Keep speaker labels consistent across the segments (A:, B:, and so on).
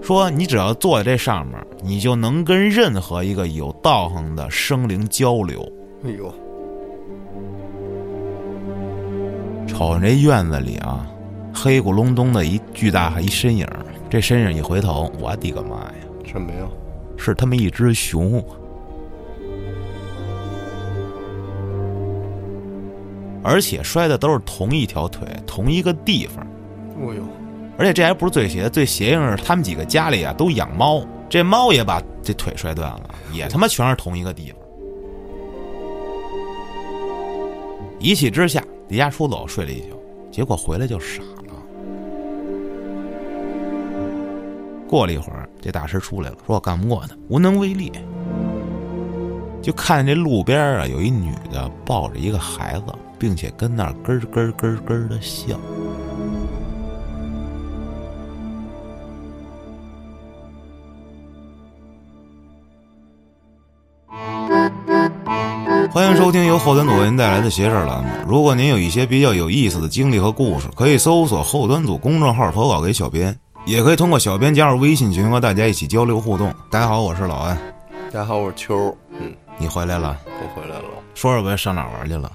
A: 说你只要坐在这上面，你就能跟任何一个有道行的生灵交流。
B: 哎呦，
A: 瞅着这院子里啊，黑咕隆咚的一巨大一身影儿，这身影一回头，我的个妈呀，
B: 什么呀？
A: 是他妈一只熊！而且摔的都是同一条腿，同一个地方。
B: 哎呦，
A: 而且这还不是最邪，最邪性是他们几个家里啊都养猫，这猫也把这腿摔断了，也他妈全是同一个地方。一气之下离家出走，睡了一宿，结果回来就傻了。过了一会儿，这大师出来了，说我干不过他，无能为力。就看见这路边啊有一女的抱着一个孩子，并且跟那儿咯儿咯儿咯儿咯儿的笑。欢迎收听由后端组为您带来的“邪事儿”栏目。如果您有一些比较有意思的经历和故事，可以搜索“后端组”公众号投稿给小编，也可以通过小编加入微信群和大家一起交流互动。大家好，我是老安，
B: 大家好，我是秋，嗯，
A: 你回来了，
B: 我回来了，
A: 说说呗，上哪儿玩去了？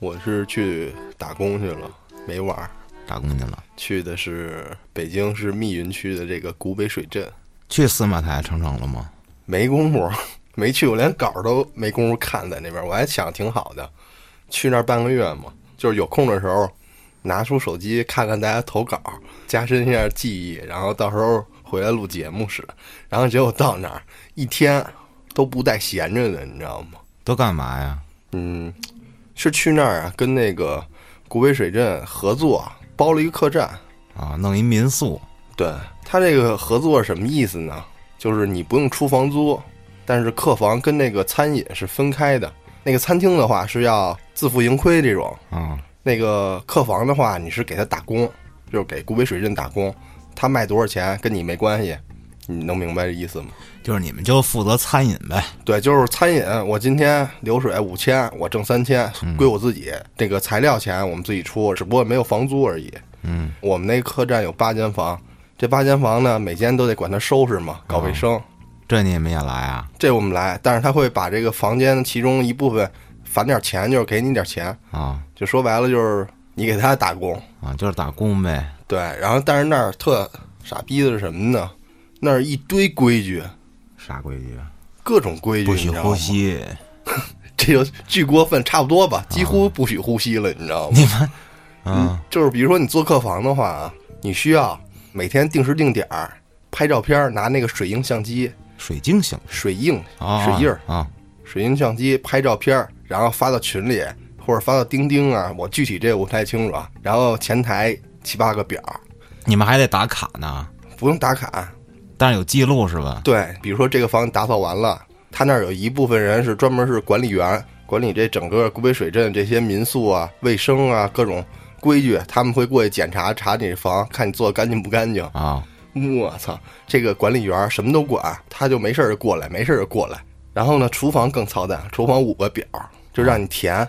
B: 我是去打工去了，没玩儿，
A: 打工去了？
B: 去的是北京市密云区的这个古北水镇，
A: 去司马台长城了吗？
B: 没工夫， 没去，我连稿儿都没工夫看，在那边，我还想挺好的，去那儿半个月嘛，就是有空的时候，拿出手机看看大家投稿，加深一下记忆，然后到时候回来录节目使。然后结果到那儿一天都不带闲着的，你知道吗？
A: 都干嘛呀？
B: 嗯，是去那儿啊，跟那个古北水镇合作包了一个客栈，
A: 啊，弄一民宿，
B: 对他这个合作是什么意思呢？就是你不用出房租，但是客房跟那个餐饮是分开的。那个餐厅的话是要自负盈亏这种，
A: 啊，
B: 那个客房的话你是给他打工，就是给古北水镇打工，他卖多少钱跟你没关系，你能明白这意思吗？
A: 就是你们就负责餐饮呗。
B: 对，就是餐饮，我今天流水五千，我挣三千，
A: 嗯
B: 归我自己。这个材料钱我们自己出，只不过没有房租而已。
A: 嗯，
B: 我们那客栈有八间房，这八间房呢，每间都得管它收拾嘛，搞
A: 啊
B: 卫生。
A: 这你们也来啊？
B: 这我们来，但是他会把这个房间其中一部分返点钱，就是给你点钱，
A: 啊
B: 就说白了就是你给他打工。
A: 啊，就是打工呗。
B: 对，然后但是那儿特傻逼的是什么呢？那儿一堆规矩，
A: 啥规矩？
B: 各种规矩，
A: 不
B: 你
A: 许
B: 知道
A: 呼
B: 吗，
A: 吸。
B: 这就巨过分，差不多吧，几乎不许呼吸了，你知道
A: 啊
B: 吗？嗯
A: 你们，啊，
B: 就是比如说你做客房的话啊，你需要每天定时定点儿拍照片儿，拿那个水印相机、
A: 水晶型
B: 水印、
A: 啊，
B: 水印儿、
A: 啊，
B: 水印相机拍照片儿，然后发到群里或者发到钉钉啊，我具体这我不太清楚啊。然后前台七八个表儿，
A: 你们还得打卡呢。
B: 不用打卡。
A: 但是有记录是吧？
B: 对，比如说这个房打扫完了，他那儿有一部分人是专门是管理员，管理这整个古北水镇这些民宿啊、卫生啊各种规矩，他们会过去检查查你这房，看你做的干净不干净。
A: 啊，
B: 我操，这个管理员儿什么都管，他就没事儿就过来，没事儿就过来。然后呢，厨房更操蛋，厨房五个表儿就让你填，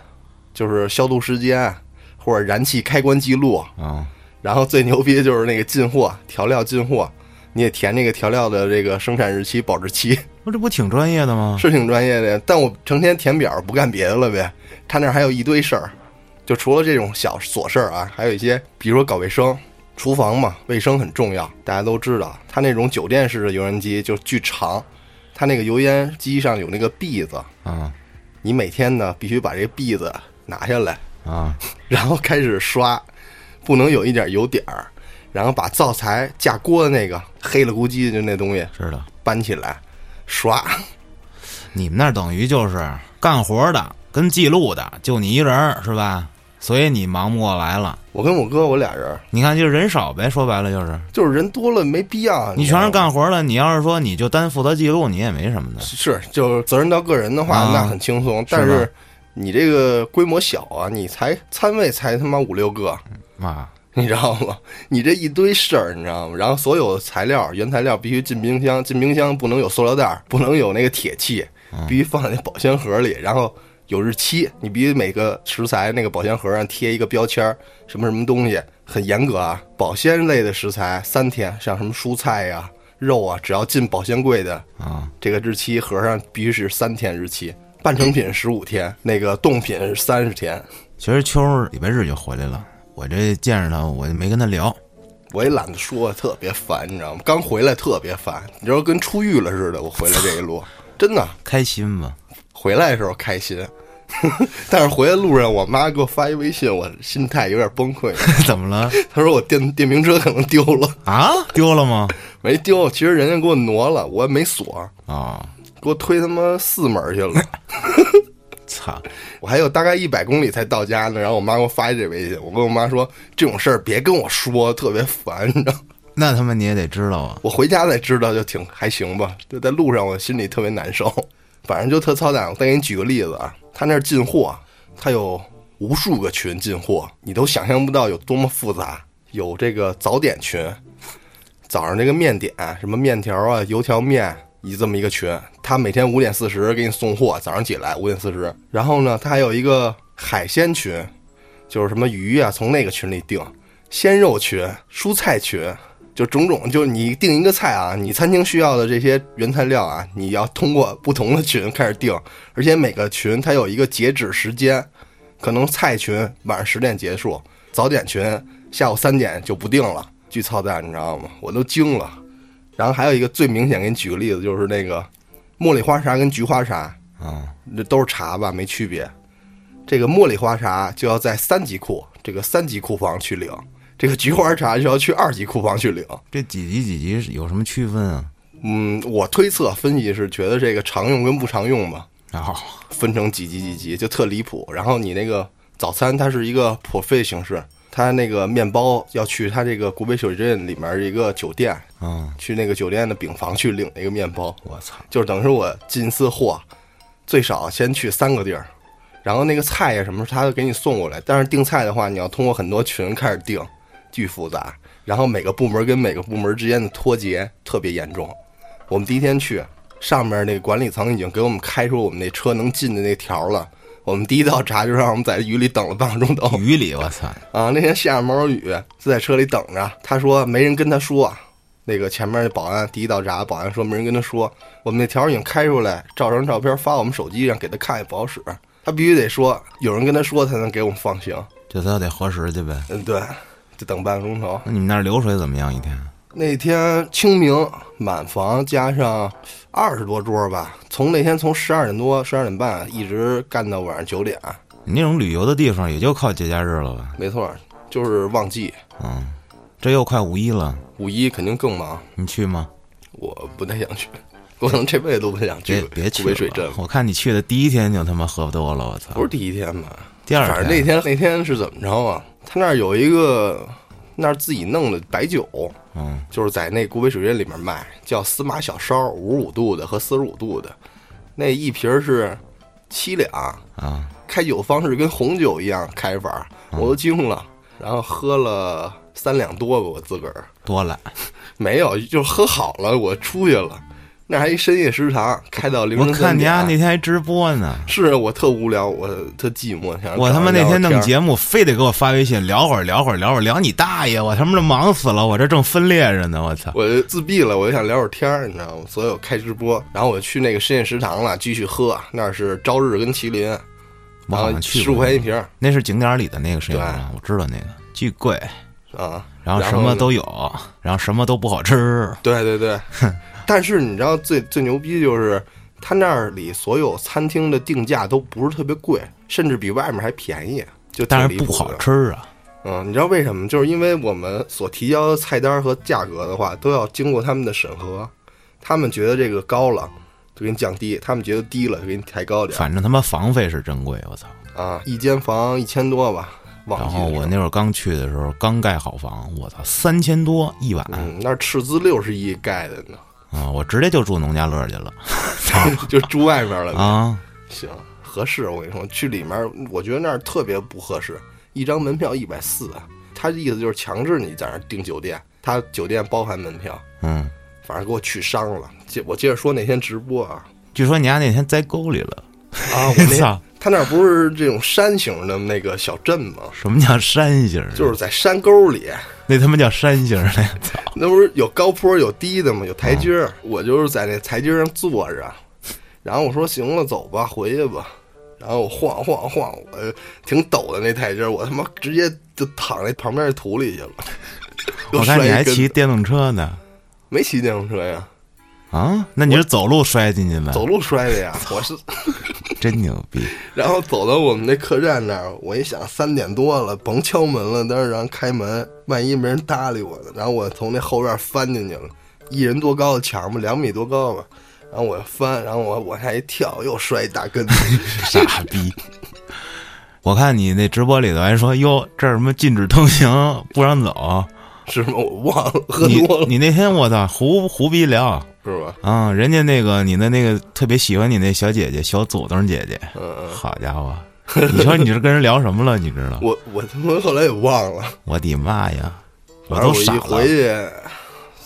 B: 就是消毒时间或者燃气开关记录。
A: 啊，
B: 然后最牛逼的就是那个进货调料进货，你也填这个调料的这个生产日期、保质期，
A: 我这不挺专业的吗？
B: 是挺专业的。但我成天填表儿不干别的了呗，他那儿还有一堆事儿，就除了这种小琐事儿啊，还有一些，比如说搞卫生，厨房嘛，卫生很重要，大家都知道。它那种酒店式的油烟机就巨长，它那个油烟机上有那个篦子，
A: 啊
B: 你每天呢必须把这篦子拿下来，
A: 啊，
B: 然后开始刷，不能有一点油点儿，然后把灶台架锅的那个黑了咕叽的就那东西
A: 知道。
B: 搬起来刷，
A: 你们那儿等于就是干活的跟记录的，就你一人儿是吧？所以你忙不过来了。
B: 我跟我哥我俩人
A: 你看，就是人少呗，说白了就是
B: 就是人多了没必要，
A: 你
B: 知道
A: 全是
B: 吗
A: 干活的。你要是说你就单负责记录，你也没什么的。
B: 是，就是责任到个人的话，
A: 啊
B: 那很轻松。但
A: 是吧
B: 是你这个规模小啊，你才摊位才他妈五六个，
A: 啊，
B: 你知道吗？你这一堆事儿，你知道吗？然后所有材料原材料必须进冰箱，进冰箱不能有塑料袋儿，不能有那个铁器，必须放在那保鲜盒里，然后。有日期，你必须每个食材那个保鲜盒上贴一个标签儿，什么什么东西，很严格啊。保鲜类的食材三天，像什么蔬菜呀、肉啊，只要进保鲜柜的
A: 啊，
B: 这个日期盒上必须是三天日期，半成品十五天，那个冻品是三十天。
A: 其实秋儿礼拜日就回来了，我这见着他我就没跟他聊，
B: 我也懒得说，特别烦，你知道吗？刚回来特别烦，你知道跟出狱了似的。我回来这一路，真的
A: 开心嘛。
B: 回来的时候开心， 但是回来路上，我妈给我发一微信，我心态有点崩溃。
A: 怎么了
B: 她说我电电瓶车可能丢了，
A: 啊？丢了吗？
B: 没丢，其实人家给我挪了，我也没锁，
A: 啊，
B: 给我推他妈四门儿去了。
A: 操！
B: 我还有大概一百公里才到家呢，然后我妈给我发一这微信，我跟我妈说这种事儿别跟我说，特别烦，你知道吗。
A: 那他妈你也得知道啊。
B: 我回家才知道，就挺还行吧。就在路上，我心里特别难受， 反正就特操蛋。我再给你举个例子啊，他那儿进货，他有无数个群进货，你都想象不到有多么复杂。有这个早点群，早上这个面点，什么面条啊、油条面，一这么一个群，他每天五点四十给你送货，早上起来五点四十。然后呢，他还有一个海鲜群，就是什么鱼啊，从那个群里订；鲜肉群、蔬菜群，就种种，就你订一个菜啊，你餐厅需要的这些原材料啊，你要通过不同的群开始订，而且每个群它有一个截止时间，可能菜群晚上十点结束，早点群下午三点就不定了，巨操蛋，你知道吗？我都惊了。然后还有一个最明显，给你举个例子，就是那个茉莉花茶跟菊花茶，
A: 啊，
B: 这都是茶吧，没区别。这个茉莉花茶就要在三级库这个三级库房去领，这个菊花茶就要去二级库房去领。
A: 这几级几级是有什么区分啊？
B: 嗯，我推测分析是觉得这个常用跟不常用吧，
A: 啊，
B: 分成几级几级就特离谱。然后你那个早餐它是一个破费形式，它那个面包要去它这个古北酒店里面一个酒店，
A: 啊，
B: 去那个酒店的饼房去领那个面包。
A: 我操！
B: 就是等于说我进一次货，最少先去三个地儿，然后那个菜呀什么，他就给你送过来。但是订菜的话，你要通过很多群开始订，巨复杂。然后每个部门跟每个部门之间的脱节特别严重。我们第一天去，上面那个管理层已经给我们开出我们那车能进的那条了。我们第一道查就让我们在雨里等了半个钟头，
A: 雨里我操！
B: 啊，那天下着毛毛雨，就在车里等着。他说没人跟他说，啊那个前面那保安第一道闸，保安说没人跟他说，我们那条已经开出来，照张照片发我们手机上，给他看也不好使。他必须得说有人跟他说，才能给我们放行。
A: 这都得核实去呗。
B: 嗯，对，就等半个钟头。
A: 那你们那儿流水怎么样？一天
B: 那天清明满房加上二十多桌吧，从那天从十二点多、十二点半一直干到晚上九点，
A: 你那种旅游的地方也就靠节假日了吧？
B: 没错，就是旺季，
A: 嗯，这又快五一了，
B: 五一肯定更忙。
A: 你去吗？
B: 我不太想去，我可能这辈子都不太想去
A: 别。别去
B: 古北
A: 了啊
B: 水镇
A: 我看你去的第一天就他妈喝多了，我操！
B: 不是第一天吧？
A: 第二
B: 反正那天那天是怎么着啊？他那儿有一个那儿自己弄的白酒，
A: 嗯，
B: 就是在那古北水镇里面卖，叫司马小烧，五十五度的和四十五度的，那一瓶儿是七两，
A: 啊，嗯
B: 开酒方式跟红酒一样开法，我都惊了。然后喝了三两多吧，我自个儿。
A: 多懒，
B: 没有，就是喝好了，我出去了。那还一深夜食堂，开到凌
A: 我
B: 晨
A: 看
B: 三
A: 你
B: 点。
A: 家那天还直播呢。
B: 是我特无聊，我特寂寞，想
A: 我他妈那天
B: 天
A: 弄节目，非得给我发微信聊会儿，聊会儿，聊会儿，聊你大爷！我他妈的忙死了，我这正分裂着呢，我操！
B: 我就自闭了，我就想聊会儿天儿，你知道吗？所以我开直播，然后我去那个深夜食堂了，继续喝，那是朝日跟麒麟，
A: 我
B: 然
A: 好
B: 后
A: 像去
B: 十
A: 过
B: 五块钱一瓶儿
A: 那是景点里的那个摄影
B: 对
A: 啊，我知道那个巨贵，
B: 啊，
A: 然后什么都有，然后什么都不好吃。
B: 对 对对，但是你知道最最牛逼就是他那里所有餐厅的定价都不是特别贵，甚至比外面还便宜，就
A: 但
B: 挺
A: 是
B: 离
A: 不
B: 谱
A: 好
B: 的。
A: 吃啊，
B: 嗯，你知道为什么？就是因为我们所提交的菜单和价格的话，都要经过他们的审核，他们觉得这个高了，就给你降低；他们觉得低了，就给你抬高点。
A: 反正他妈房费是真贵，我操！
B: 啊，一间房一千多吧，
A: 然
B: 旺季
A: 后
B: 的时候
A: 我那会儿刚去的时候，刚盖好房，我操，三千多一晚啊、
B: 嗯，那儿斥资六十亿盖的呢，
A: 我直接就住农家乐去了
B: 就住外面了。
A: 啊！
B: 行，合适。我跟你说，去里面，我觉得那儿特别不合适，一张门票一百四，他的意思就是强制你在那儿订酒店，他酒店包含门票，
A: 嗯，
B: 反正给我去伤了。接我接着说那天直播啊。
A: 据说你家那天栽沟里了，
B: 啊，我
A: 我
B: 那
A: 操！
B: 他那儿不是这种山形的那个小镇吗？
A: 什么叫山形儿？
B: 就是在山沟里，
A: 那他妈叫山形儿 的，操！
B: 那不是有高坡有低的吗？有台阶儿，我就是在那台阶上坐着，然后我说行了，走吧，回去吧。然后我晃晃晃，我挺陡的那台阶儿，我他妈直接就躺在旁边的土里去了。又
A: 我看
B: 摔
A: 哦你
B: 一
A: 还
B: 跟
A: 骑电动车呢，
B: 没骑电动车呀？
A: 啊？那你是走路摔进去了？
B: 走路摔的呀。我是，
A: 真牛逼！
B: 然后走到我们那客栈那儿，我一想三点多了，甭敲门了，但是让人开门，万一没人搭理我呢。然后我从那后院翻进去了，一人多高的墙吧，两米多高吧。然后我就翻，然后我往下一跳，又摔一大跟头。
A: 傻逼！ 我看你那直播里头还说，哟，这儿什么禁止通行，不让 走。
B: 是吗？我忘了，喝
A: 你
B: 多了
A: 你那天我操胡胡逼聊
B: 是吧？
A: 啊，人家那个你的那个特别喜欢你那小姐姐小祖宗姐姐，
B: 嗯嗯，
A: 好家伙，你说你是跟人聊什么了？你知道？
B: 我我他妈后来也忘了，
A: 我的妈呀，
B: 反正
A: 都
B: 我
A: 傻
B: 一回
A: 了。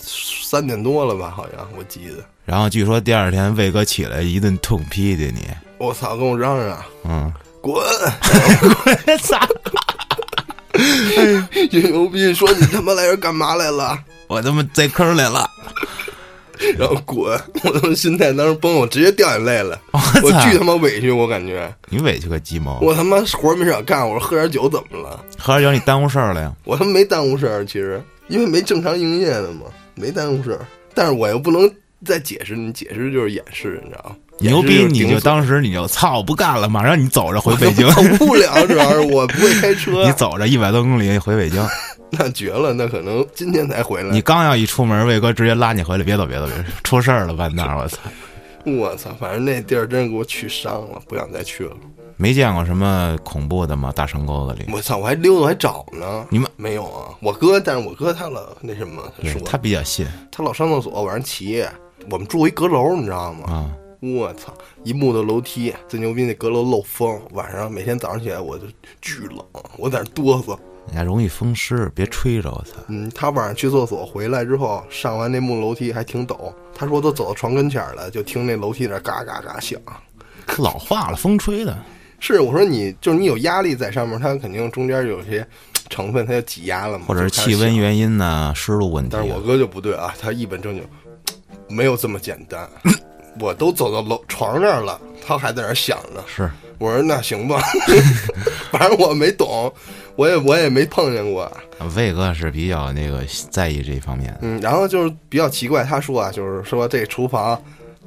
B: 去三点多了吧，好像我记得。
A: 然后据说第二天魏哥起来一顿痛批的你，
B: 我操，跟我嚷嚷，
A: 嗯，
B: 滚！ 哎
A: 我操！
B: 一牛逼说你他妈来这儿干嘛来了？
A: 我他妈在坑里了，
B: 然后滚！我他妈心态当时崩，我直接掉眼泪了，我
A: 操
B: 巨他妈委屈，我感觉
A: 你委屈个鸡毛！
B: 我他妈活儿没少干，我说喝点酒怎么了？
A: 喝点酒你耽误事儿了呀？
B: 我他妈没耽误事儿，其实因为没正常营业的嘛，没耽误事儿。但是我又不能再解释，你解释就是掩饰，你知道吗？
A: 牛逼！你
B: 掩
A: 就
B: 饰是顶死
A: 当时你就操，我不干了，马上你走着回北京
B: 我，走不了，主要是我不会开车
A: 你，走着一百多公里回北京，
B: 那绝了，那可能今天才 回
A: 你
B: 来。
A: 刚要一出门，魏哥直接拉你回来，别走别走别走，出事儿了半道儿，我操！
B: 我操，反正那地儿真给我去伤了，不想再去了。
A: 没见过什么恐怖的吗？大山沟子里，
B: 我操，我还溜达还找呢。
A: 你们
B: 没有啊？我哥，但是我哥他老那什么，他
A: 对
B: 说
A: 他比较信
B: 他老上厕所，晚上起夜。我们住一阁楼，你知道吗？
A: 啊，
B: 我操，一木头楼梯，最牛逼那阁楼漏风，晚上每天早上起来我就巨冷，我在那儿哆嗦。
A: 人家容易风湿，别吹着，我操！
B: 嗯，他晚上去厕所回来之后，上完那木楼梯还挺陡，他说都走到床跟前儿了，就听那楼梯那嘎嘎嘎响。
A: 老化了，风吹的，
B: 是，我说你就是你有压力在上面，它肯定中间有些成分，它就挤压了嘛，
A: 或者是
B: 就开始
A: 气温
B: 响。
A: 原因呢，湿度问题
B: 但
A: 啊。
B: 是我哥就不对啊，他一本正经，没有这么简单。我都走到楼床那儿了，他还在那儿想呢。
A: 是
B: 我说那行吧， 反正我没懂，我也我也没碰见过。
A: 魏哥是比较那个在意这方面的，
B: 嗯，然后就是比较奇怪，他说啊，就是说这厨房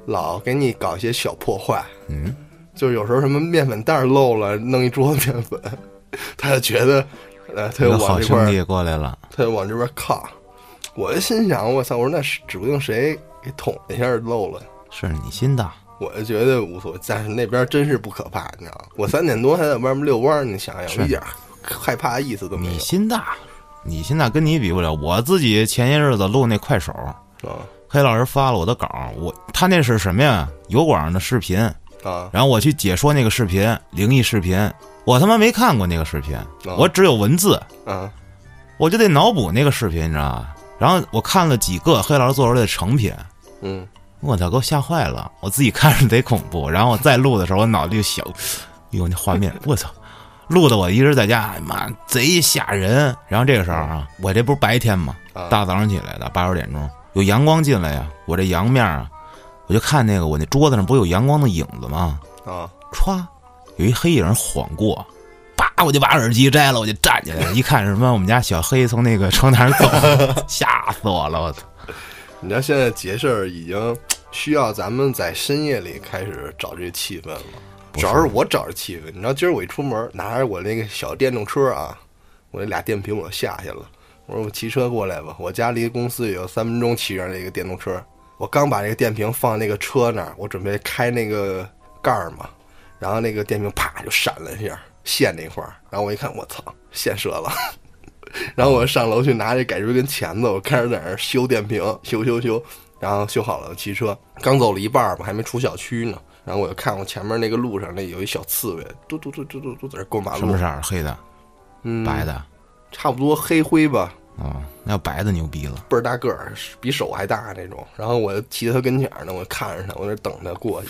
B: 老给你搞一些小破坏，
A: 嗯，
B: 就是有时候什么面粉袋儿漏了，弄一桌子面粉， 他就觉得，呃，他
A: 有
B: 就
A: 个
B: 往
A: 好
B: 这块
A: 兄
B: 儿，
A: 弟过来了，
B: 他就往这边靠。我就心想，我操，我说那是指不定谁给捅一下漏了。
A: 是你心大，
B: 我就觉得无所谓，但是那边真是不可怕，你知道吗？我三点多还在外面遛弯儿，你想想，我一点儿害怕的意思都没
A: 你
B: 有
A: 心大，你心大跟你比不了。我自己前些日子录那快手，
B: 啊
A: 黑老师发了我的稿，我他那是什么呀？油管的视频，
B: 啊！
A: 然后我去解说那个视频，灵异视频，我他妈没看过那个视频，我只有文字，
B: 啊，
A: 我就得脑补那个视频，你知道吧？然后我看了几个黑老师做出来的成品，
B: 嗯，
A: 我操，给我吓坏了！我自己看着得恐怖，然后我再录的时候，我脑子就想，哟，那画面，我操！录的我一直在家，哎妈，贼吓人。然后这个时候啊，我这不是白天吗？
B: 啊
A: 大早上起来的，八九点钟有阳光进来呀，我这阳面啊，我就看那个我那桌子上不是有阳光的影子吗？
B: 啊
A: 歘，有一黑影晃过，叭，我就把耳机摘了，我就站起来了，一看是什么，我们家小黑从那个窗台上走 了，吓死我了，我操！
B: 你知道现在节事儿已经需要咱们在深夜里开始找这气氛了。
A: 不
B: 主要是我找着气氛，你知道，今儿我一出门，拿着我那个小电动车啊，我那俩电瓶我就下去了。我说我骑车过来吧，我家离公司也有三分钟，骑上那个电动车。我刚把那个电瓶放那个车那儿，我准备开那个盖儿嘛，然后那个电瓶啪就闪了一下，线那块儿，然后我一看，我操，线折了。 然后我上楼去拿这改锥跟钳子，我开始在那儿修电瓶，修修修，然后修好了骑车，刚走了一半儿吧，还没出小区呢。然后我就看我前面那个路上那有一小刺猬，嘟嘟嘟嘟嘟嘟在那儿过马
A: 什
B: 路
A: 么，色儿？黑的、
B: 啊嗯，
A: 白的？
B: 差不多黑灰吧，
A: 啊，那白的牛逼了。
B: 倍儿大个儿，比手还大那种。然后我骑在他跟前儿呢，我看着他，我在那等他过去。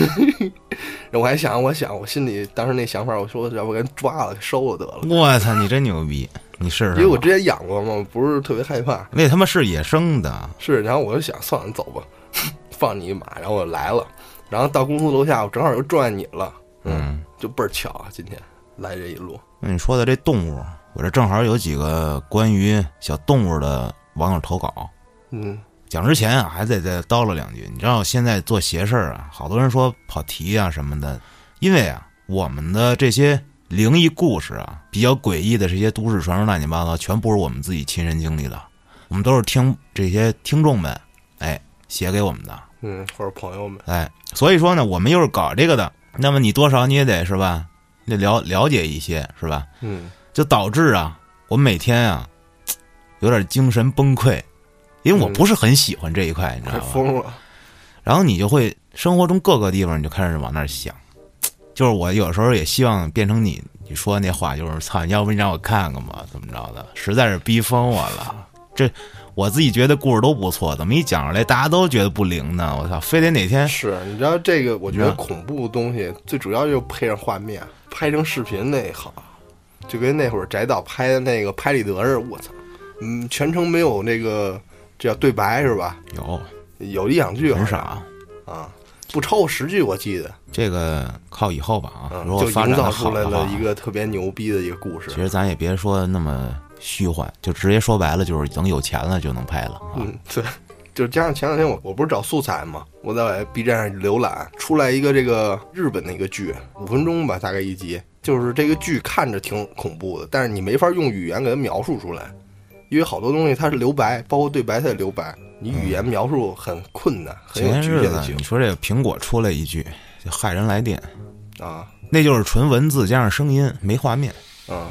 B: 然后我还想，我想，我心里当时那想法，我说要不给人抓了，给收了得了。
A: 我操，你真牛逼！你试
B: 因为
A: 试
B: 我
A: 吧，
B: 之前养过嘛，我不是特别害怕。
A: 那他妈是野生的，
B: 是，然后我就想，算了，走吧， 放你一马。然后我来了，然后到公司楼下，我正好又撞见你了，
A: 嗯。
B: 就倍儿巧啊，今天来这一路。
A: 那你说的这动物，我这正好有几个关于小动物的网友投稿。
B: 嗯，
A: 讲之前啊，还得再叨唠两句。你知道现在做邪事儿啊，好多人说跑题啊什么的，因为啊，我们的这些灵异故事啊，比较诡异的这些都市传说乱七八糟，全不是我们自己亲身经历的，我们都是听这些听众们哎写给我们的。
B: 嗯，或者朋友们，
A: 哎，所以说呢，我们又是搞这个的，那么你多少你也得是吧，得了了解一些是吧？
B: 嗯，
A: 就导致啊，我每天啊有点精神崩溃，因为我
B: 嗯
A: 不是很喜欢这一块，你知
B: 快
A: 道吧？
B: 疯了，
A: 然后你就会生活中各个地方你就开始往那儿想，就是我有时候也希望变成你你说那话，就是操，你要不你让我看看吧，怎么着的？实在是逼疯我了。这我自己觉得故事都不错，怎么一讲出来大家都觉得不灵呢？我操，非得哪天
B: 是你知道这个？我觉得
A: 嗯
B: 恐怖东西最主要就是配上画面，拍成视频那好，就跟那会儿翟导拍的那个《拍立得》似的，我操，嗯，全程没有那个这叫对白是吧？
A: 有
B: 有一两句好
A: 很
B: 像
A: 少。
B: 啊，不超过十句我记得，
A: 这个靠以后吧啊，
B: 嗯，
A: 如果
B: 就
A: 发展
B: 营
A: 的
B: 造
A: 好
B: 出来
A: 的话
B: 了，一个特别牛逼的一个故事
A: 其。实咱也别说那么虚幻，就直接说白了，就是等有钱了就能拍了啊。
B: 嗯，对，就加上前两天我我不是找素材嘛，我在 B 站上浏览，出来一个这个日本的一个剧，五分钟吧，大概一集。就是这个剧看着挺恐怖的，但是你没法用语言给它描述出来，因为好多东西它是留白，包括对白它也留白，你语言描述很困难，很有
A: 嗯前些
B: 局
A: 日
B: 限
A: 子
B: 性
A: 你说这个苹果出来一句就骇人来电，
B: 啊
A: 那就是纯文字加上声音，没画面。
B: 啊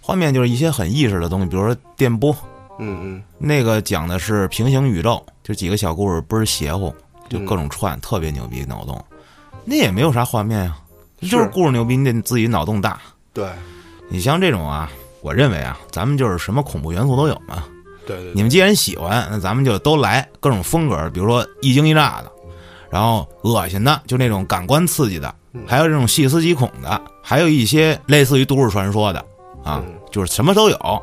A: 画面就是一些很意识的东西，比如说电波，
B: 嗯
A: 那个讲的是平行宇宙，就几个小故事倍儿邪乎，就
B: 嗯
A: 各种串，特别牛逼脑洞。那也没有啥画面呀、啊
B: 是
A: 就是故事牛逼，你得自己脑洞大。
B: 嗯，对
A: 你像这种啊，我认为啊，咱们就是什么恐怖元素都有嘛。
B: 对对对，
A: 你们既然喜欢，那咱们就都来各种风格，比如说一惊一乍的，然后恶心的，就那种感官刺激的，
B: 嗯
A: 还有这种细思极恐的，还有一些类似于都市传说的啊
B: 嗯，
A: 就是什么都有。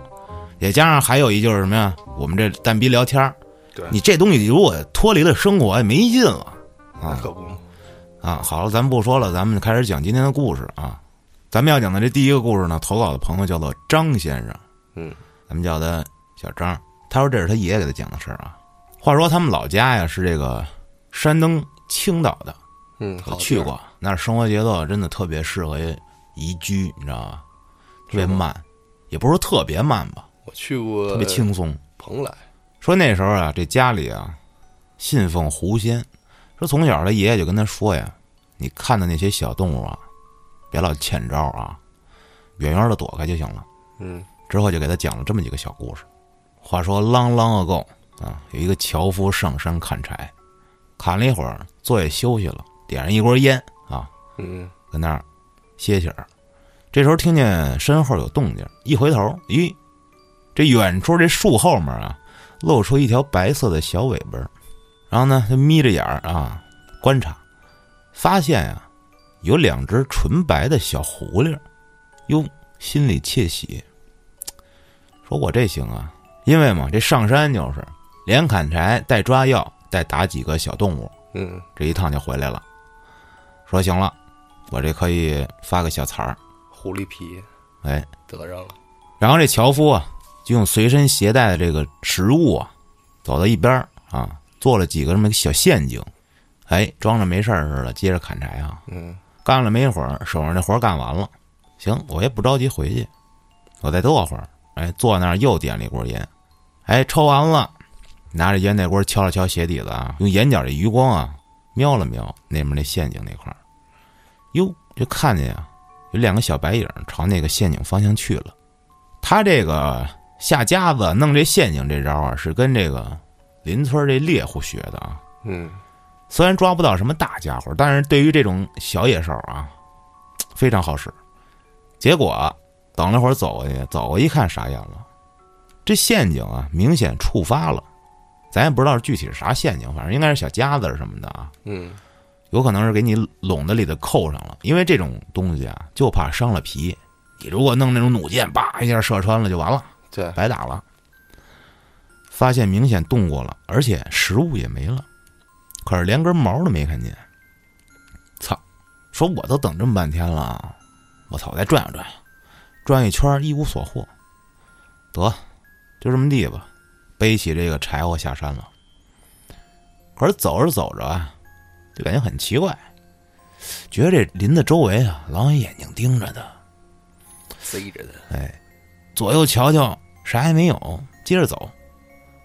A: 也加上还有一就是什么呀？我们这蛋逼聊天儿
B: 对
A: 你这东西如果脱离了生活，也没劲了
B: 那
A: 啊
B: 可不嘛，
A: 啊！好了，咱们不说了，咱们开始讲今天的故事啊。咱们要讲的这第一个故事呢，投稿的朋友叫做张先生。
B: 嗯
A: 咱们叫他小张。他说这是他爷爷给他讲的事儿啊。话说他们老家呀是这个山东青岛的，
B: 嗯，好
A: 我
B: 地
A: 去
B: 儿，
A: 过，那儿生活节奏真的特别适合宜居，你知道吧？特别
B: 是吗
A: 慢，也不是说特别慢吧，
B: 我去过
A: 特别轻松。
B: 蓬莱，
A: 说那时候啊，这家里啊信奉狐仙，说从小他爷爷就跟他说呀，你看的那些小动物啊，别老欠招啊，远远的躲开就行了。
B: 嗯
A: 之后就给他讲了这么几个小故事。话说 long long ago 啊，有一个樵夫上山砍柴，砍了一会儿，坐下休息了，点上一锅烟啊，
B: 嗯
A: 跟那儿歇歇儿。这时候听见身后有动静，一回头，咦，这远处这树后面啊，露出一条白色的小尾巴儿。然后呢，他眯着眼儿啊观察，发现呀、有两只纯白的小狐狸儿。哟，心里窃喜，说我这行啊，因为嘛，这上山就是连砍柴带抓药带打几个小动物，
B: 嗯
A: 这一趟就回来了。说行了，我这可以发个小财儿。
B: 狐狸皮
A: 哎，
B: 得着了，
A: 然后这樵夫啊，就用随身携带的这个食物啊，走到一边儿啊，做了几个这么一个小陷阱，哎，装着没事儿似的，接着砍柴啊。
B: 嗯
A: 干了没一会儿，手上这活儿干完了，行，我也不着急回去，我再坐会儿。哎，坐那儿又点了一锅烟，哎，抽完了，拿着烟那锅敲了敲鞋底子啊，用眼角的余光啊瞄了瞄那边那陷阱那块儿，哟，就看见啊有两个小白影儿朝那个陷阱方向去了。他这个下夹子弄这陷阱这招啊，是跟这个邻村这猎户学的啊。
B: 嗯
A: 虽然抓不到什么大家伙，但是对于这种小野兽啊，非常好使。结果等了会儿走过去，走过一看傻眼了，这陷阱啊，明显触发了，咱也不知道具体是啥陷阱，反正应该是小夹子什么的啊，
B: 嗯，
A: 有可能是给你拢子里头扣上了，因为这种东西啊，就怕伤了皮。你如果弄那种弩箭，叭一下射穿了就完了，
B: 对，
A: 白打了。发现明显动过了，而且食物也没了，可是连根毛都没看见。操！说我都等这么半天了，啊我操！我再转悠转悠，转一圈一无所获，得，就这么地吧。背起这个柴火下山了。可是走着走着啊，就感觉很奇怪，觉得这林子周围啊，老有眼睛盯着的。
B: 塞着的，
A: 左右瞧瞧，啥也没有，接着走，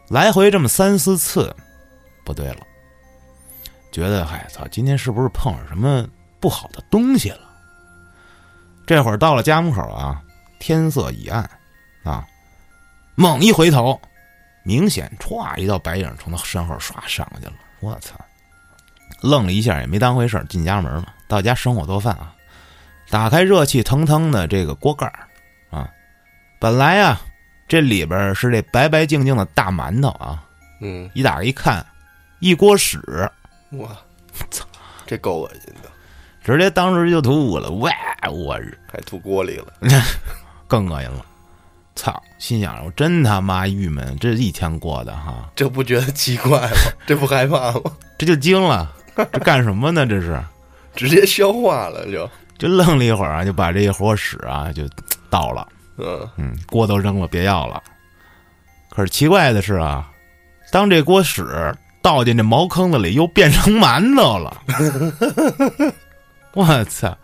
A: 来回这么三四次，不对了，觉得嗨操，今天是不是碰上什么不好的东西了？这会儿到了家门口啊，天色已暗，啊，猛一回头，明显歘一道白影从他身后唰闪过去了，我操！愣了一下也没当回事儿，进家门嘛，到家生火做饭啊，打开热气腾腾的这个锅盖儿啊，本来啊，这里边儿是这白白净净的大馒头啊，
B: 嗯，
A: 一打开一看，一锅屎，
B: 哇，操，这够恶心的，
A: 直接当时就吐了，哇，我日，
B: 还吐锅里了，
A: 更恶心了，操！心想我真他妈郁闷，这一天过的哈，
B: 这不觉得奇怪吗？ 这不害怕吗？
A: 这就惊了， 这干什么呢？这是，
B: 直接消化了就，
A: 就愣了一会儿啊，就把这一坨屎啊就倒了。
B: 嗯，
A: 嗯，锅都扔了，别要了。可是奇怪的是啊，当这锅屎倒进这茅坑子里，又变成馒头了。我操！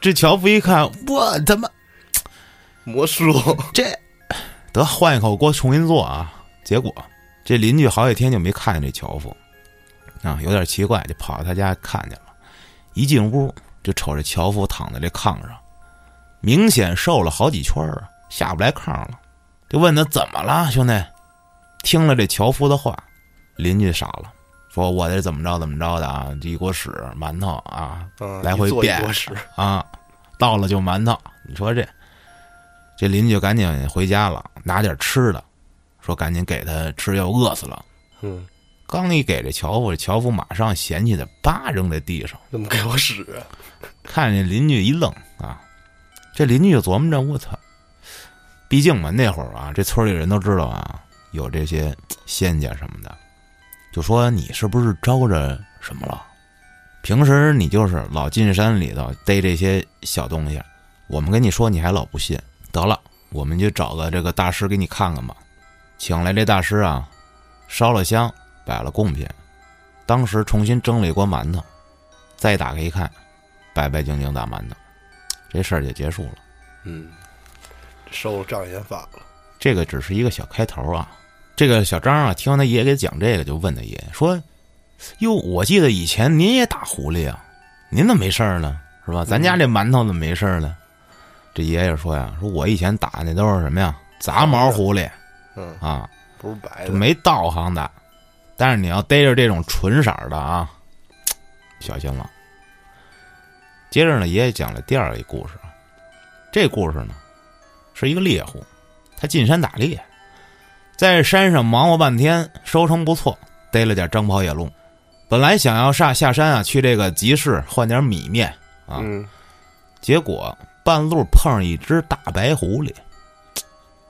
A: 这樵夫一看，我他妈
B: 魔术，
A: 这得换一口锅重新做啊！结果这邻居好几天就没看见这樵夫啊，有点奇怪，就跑到他家看见了。一进屋就瞅着樵夫躺在这炕上，明显瘦了好几圈儿啊，下不来炕了。就问他怎么了，兄弟？听了这樵夫的话，邻居傻了，说我这怎么着怎么着的啊，这一锅屎馒头啊，
B: 嗯，
A: 来回
B: 一做一
A: 变
B: 锅屎，
A: 啊，到了就馒头。你说这，这邻居赶紧回家了，拿点吃的，说赶紧给他吃，要饿死了。
B: 嗯，
A: 刚一给这樵夫，樵夫马上嫌弃的叭扔在地上，
B: 怎么给我屎啊？
A: 看见邻居一愣啊，这邻居就琢磨着我操，毕竟嘛那会儿啊，这村里人都知道啊，有这些仙家什么的，就说你是不是招着什么了？平时你就是老进山里头逮这些小东西，我们跟你说你还老不信，得了，我们就找个这个大师给你看看吧。请来这大师啊，烧了香，摆了贡品，当时重新蒸了一锅馒头，再打开一看，白白净净大馒头，这事儿就结束了。
B: 嗯，收障眼法了，
A: 这个只是一个小开头啊。这个小张啊，听完他爷爷给讲这个，就问他爷说：“哟，我记得以前您也打狐狸啊，您怎么没事儿呢？是吧？咱家这馒头怎么没事儿呢？”这爷爷说呀：“说我以前打那都是什么呀？杂毛狐狸
B: 嗯，
A: 啊，
B: 不是白
A: 就
B: 的，
A: 没道行的。但是你要逮着这种纯色儿的啊，小心了。接着呢，爷爷讲了第二个故事，啊，这故事呢是一个猎户，他进山打猎，在山上忙活半天，收成不错，逮了点张袍野鹿。本来想要下下山啊，去这个集市换点米面，啊
B: 嗯，
A: 结果半路碰上一只大白狐狸，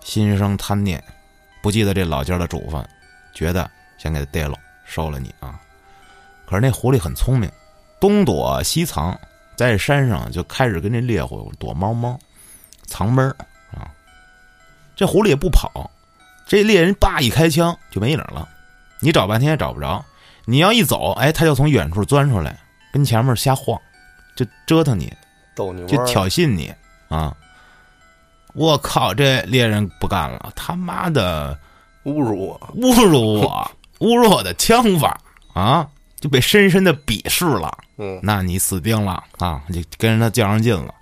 A: 心生贪念，不记得这老家的嘱咐，觉得先给它逮了，收了你啊。可是那狐狸很聪明，东躲西藏，在山上就开始跟这猎户躲猫猫、藏猫儿啊。这狐狸也不跑，这猎人叭一开枪就没影儿了，你找半天也找不着。你要一走，哎，它就从远处钻出来，跟前面瞎晃，就折腾你。
B: 逗你玩
A: 就
B: 儿，
A: 挑衅你啊！我靠，这猎人不干了，他妈的
B: 侮辱我，
A: 侮辱我， 侮辱我的枪法啊！就被深深的鄙视了，
B: 嗯，
A: 那你死定了啊！就跟着他较上劲了。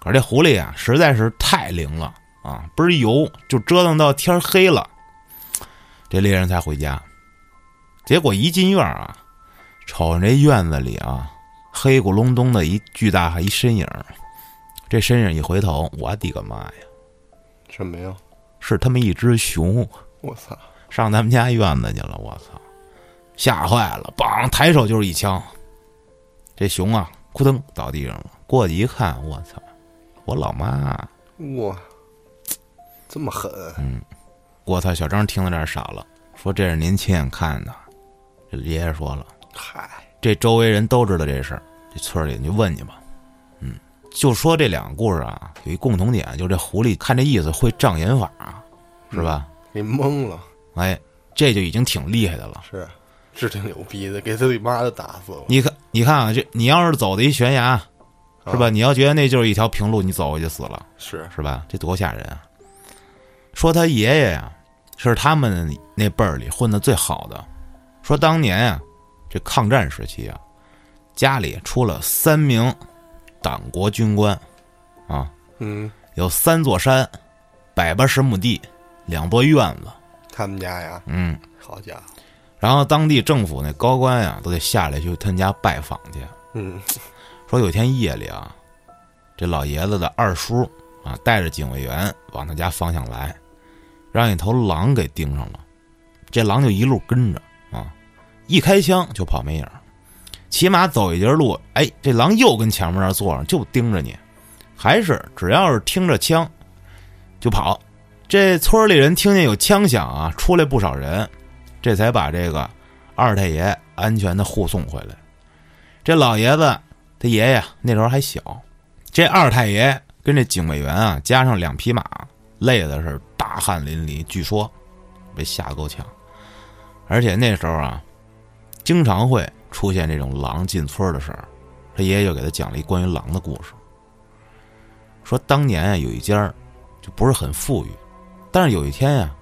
A: 可是这狐狸啊，实在是太灵了啊，倍儿油，就折腾到天黑了，啊这猎人才回家。结果一进院啊，瞅着这院子里啊，黑咕隆咚的一巨大一身影儿，这身影一回头，我的个妈呀！
B: 什么呀？
A: 是他妈一只熊
B: 我操！
A: 上咱们家院子去了，我操，吓坏了，梆，抬手就是一枪，这熊啊，扑腾倒地上了。过去一看，我操，我老妈！
B: 哇，这么狠！
A: 嗯我操！小张听到这儿傻了，说这是您亲眼看的。这爷爷说了，
B: 嗨，
A: 这周围人都知道这事儿，这村儿里你就问去吧。嗯，就说这两个故事啊，有一共同点，就是这狐狸看这意思会障眼法，是吧？
B: 给懵了，
A: 哎，这就已经挺厉害的了。
B: 是，是挺牛逼的，给自己妈都打死了，
A: 你看，你看啊，这你要是走的一悬崖，是吧？你要觉得那就是一条平路，你走过去死了，
B: 是，
A: 是吧？这多吓人啊！说他爷爷呀、是他们那辈儿里混的最好的。说当年呀、这抗战时期啊，家里出了三名党国军官，啊，
B: 嗯，
A: 有三座山，百八十亩地，两座院子，
B: 他们家呀，
A: 嗯，
B: 好家伙，
A: 然后当地政府那高官啊呀、都得下来去他们家拜访去。
B: 嗯，
A: 说有一天夜里啊，这老爷子的二叔啊，带着警卫员往他家方向来，让一头狼给盯上了。这狼就一路跟着啊，一开枪就跑没影儿。骑马走一截路，哎，这狼又跟前面那儿坐上，就盯着你，还是只要是听着枪就跑。这村里人听见有枪响啊，出来不少人，这才把这个二太爷安全的护送回来。这老爷子他爷爷那时候还小，这二太爷跟这警卫员啊，加上两匹马，累的是大汗淋漓，据说被吓得够呛。而且那时候啊，经常会出现这种狼进村的事儿。他爷爷就给他讲了一关于狼的故事，说当年啊有一家儿就不是很富裕，但是有一天呀、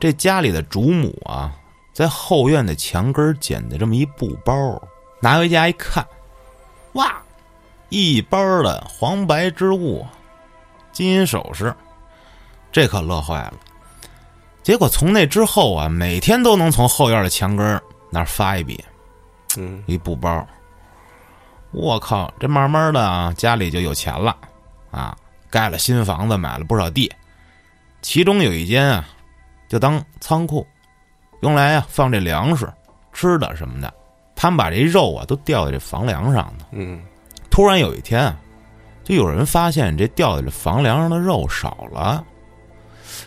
A: 这家里的主母啊，在后院的墙根儿捡的这么一布包儿，拿回家一看，哇，一包的黄白之物啊，金银首饰，这可乐坏了。结果从那之后啊，每天都能从后院的墙根儿那儿发一笔，
B: 嗯，
A: 一布包。我靠，这慢慢的啊，家里就有钱了啊，盖了新房子，买了不少地，其中有一间啊，就当仓库，用来啊放这粮食、吃的什么的。他们把这肉啊都吊在这房梁上呢。
B: 嗯，
A: 突然有一天啊，就有人发现这吊在这房梁上的肉少了。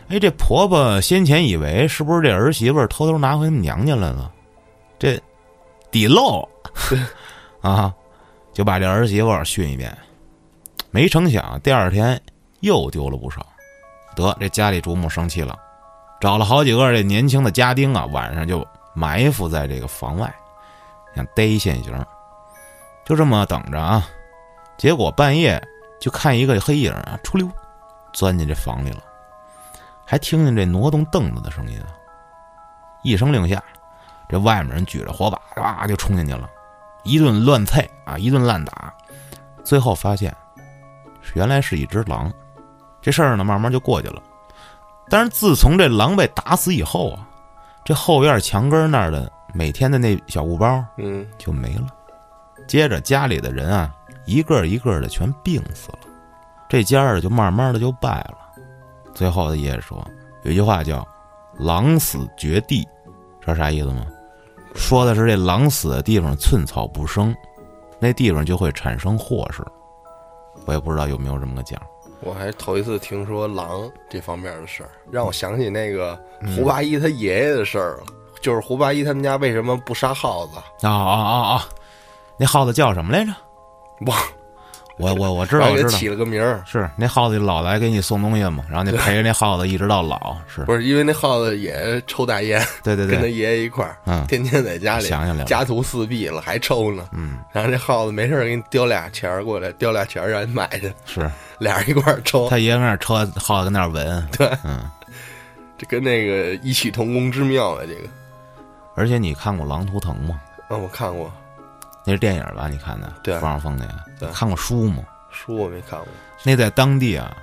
A: 哎，这婆婆先前以为是不是这儿媳妇儿偷偷拿回娘家来了，这底漏啊，就把这儿媳妇儿训一遍。没成想第二天又丢了不少，得这家里主母生气了，找了好几个这年轻的家丁啊，晚上就埋伏在这个房外，想逮一现行。就这么等着啊。结果半夜就看一个黑影啊，出溜钻进这房里了，还听见这挪动凳子的声音啊。一声令下，这外面人举着火把，哇就冲进去了，一顿乱菜啊，一顿乱打，最后发现原来是一只狼。这事儿呢，慢慢就过去了。但是自从这狼被打死以后啊，这后院墙根儿那儿的每天的那小布包，
B: 嗯，
A: 就没了。接着家里的人啊，一个一个的全病死了，这家儿就慢慢的就败了。最后的爷爷说，有一句话叫“狼死绝地”，知道啥意思吗？说的是这狼死的地方寸草不生，那地方就会产生祸事。我也不知道有没有这么个讲。
B: 我还头一次听说狼这方面的事儿，让我想起那个胡八一他爷爷的事儿了。就是胡八一他们家为什么不杀耗子？
A: 啊啊啊啊！那耗子叫什么来着？
B: 忘了，
A: 我我我知
B: 然
A: 道，
B: 后
A: 我
B: 给
A: 知
B: 他
A: 道。
B: 起了个名儿，
A: 是那耗子老来给你送东西嘛，然后你陪着那耗子一直到老，是
B: 不是因为那耗子也抽大烟，
A: 对对
B: 跟他
A: 对，
B: 爷爷一块儿，
A: 嗯，
B: 天天在家里
A: 想起来了，
B: 家徒四壁了，还抽呢。
A: 嗯，
B: 然后这耗子没事儿给你叼俩钱儿过来，叼俩钱儿让你买去，
A: 是
B: 俩人一块儿抽，
A: 他爷跟那儿车耗子跟那儿闻，对，嗯，
B: 这跟那个异曲同工之妙啊！这个，
A: 而且你看过《狼图腾》吗？
B: 啊，我看过
A: 那是电影吧？你看的，
B: 对
A: 冯绍峰那个，
B: 对
A: 看过书吗？
B: 书，我没看过，
A: 那在当地啊，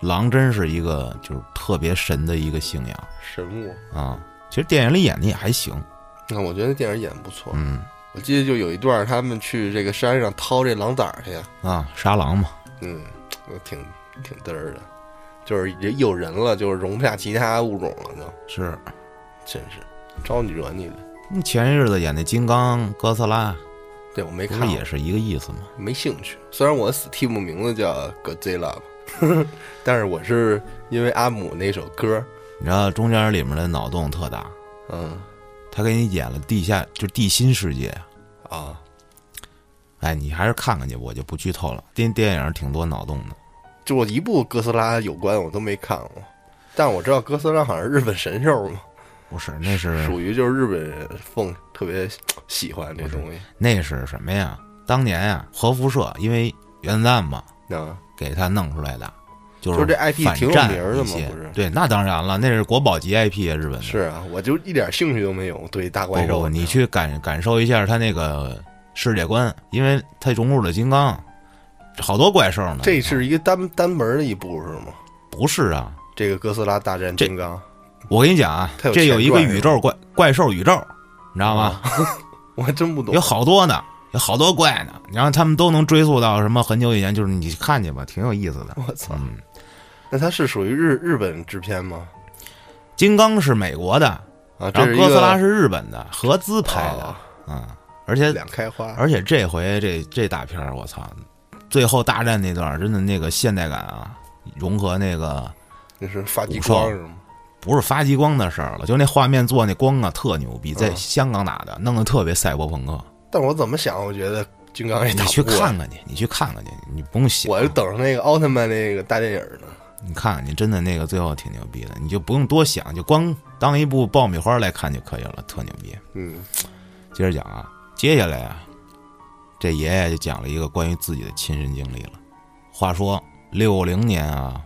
A: 狼真是一个就是特别神的一个信仰
B: 神物。
A: 啊。其实电影里演的也还行，
B: 那我觉得电影演得不错。
A: 嗯
B: 我记得就有一段儿他们去这个山上掏这狼崽儿去，
A: 啊，杀狼嘛，
B: 嗯，挺挺嘚儿的。就是有人了，就是容不下其他物种了，就是真是招你惹你了。
A: 你前日子演那金刚哥斯拉，
B: 对我没
A: 不
B: 看
A: 是
B: 过，
A: 也是一个意思吗？
B: 没兴趣。虽然我死 team 名字叫 Godzilla，吧 但是我是因为阿姆那首歌，
A: 你知道中间里面的脑洞特大，
B: 嗯
A: 他给你演了地下就地心世界，
B: 啊，
A: 哎，你还是看看去，我就不剧透了。电电影挺多脑洞的，
B: 就我一部哥斯拉有关我都没看过，但我知道哥斯拉好像是日本神兽嘛，
A: 不是那是
B: 属于就是日本人奉特别喜欢这东西。
A: 那是什么呀？当年呀、核辐射因为原子弹嘛，
B: 啊，
A: 给他弄出来的，就
B: 就是这 IP
A: 反
B: 挺有
A: 战
B: 名儿的
A: 一
B: 嘛
A: 些
B: 不是
A: 对，那当然了，那是国宝级 IP 啊，日本的。
B: 是啊，我就一点兴趣都没有对大
A: 不
B: 怪
A: 不
B: 兽。
A: 不，哦你去感感受一下他那个世界观，因为他融入了金刚，好多怪兽呢。
B: 这是一个单单门儿的一部是吗？
A: 不是啊？
B: 这个哥斯拉大战金刚，
A: 我跟你讲啊，
B: 它有
A: 这有一个
B: 前传
A: 宇宙怪怪兽宇宙，你知道吗？
B: 我还真不懂
A: 有。好多呢，有好多怪呢，然后他们都能追溯到什么很久以前，就是你看去吧，挺有意思的。
B: 我操，
A: 嗯，
B: 那它是属于日日本制片吗？
A: 金刚是美国的，
B: 啊，这
A: 然后
B: 是一
A: 哥斯
B: 个
A: 拉是日本的，合资拍的，啊
B: 啊
A: 嗯，而且
B: 两开花。
A: 而且这回这这大片儿，我操，最后大战那段儿真的那个现代感啊，融合那个
B: 那是发激
A: 武兽
B: 光是吗？
A: 不是发激光的事儿了，就那画面做那光啊，特牛逼，在
B: 嗯
A: 香港打的，弄得特别赛博朋克。
B: 但我怎么想，我觉得金刚也
A: 你
B: 哎打
A: 去
B: 不过。
A: 看看去，你去看看去，你不用想，
B: 我就等着那个奥特曼那个大电影呢。
A: 你看看，你真的那个最后挺牛逼的，你就不用多想，就光当一部爆米花来看就可以了，特牛逼。
B: 嗯，
A: 接着讲啊，接下来啊，这爷爷就讲了一个关于自己的亲身经历了。话说六零年啊，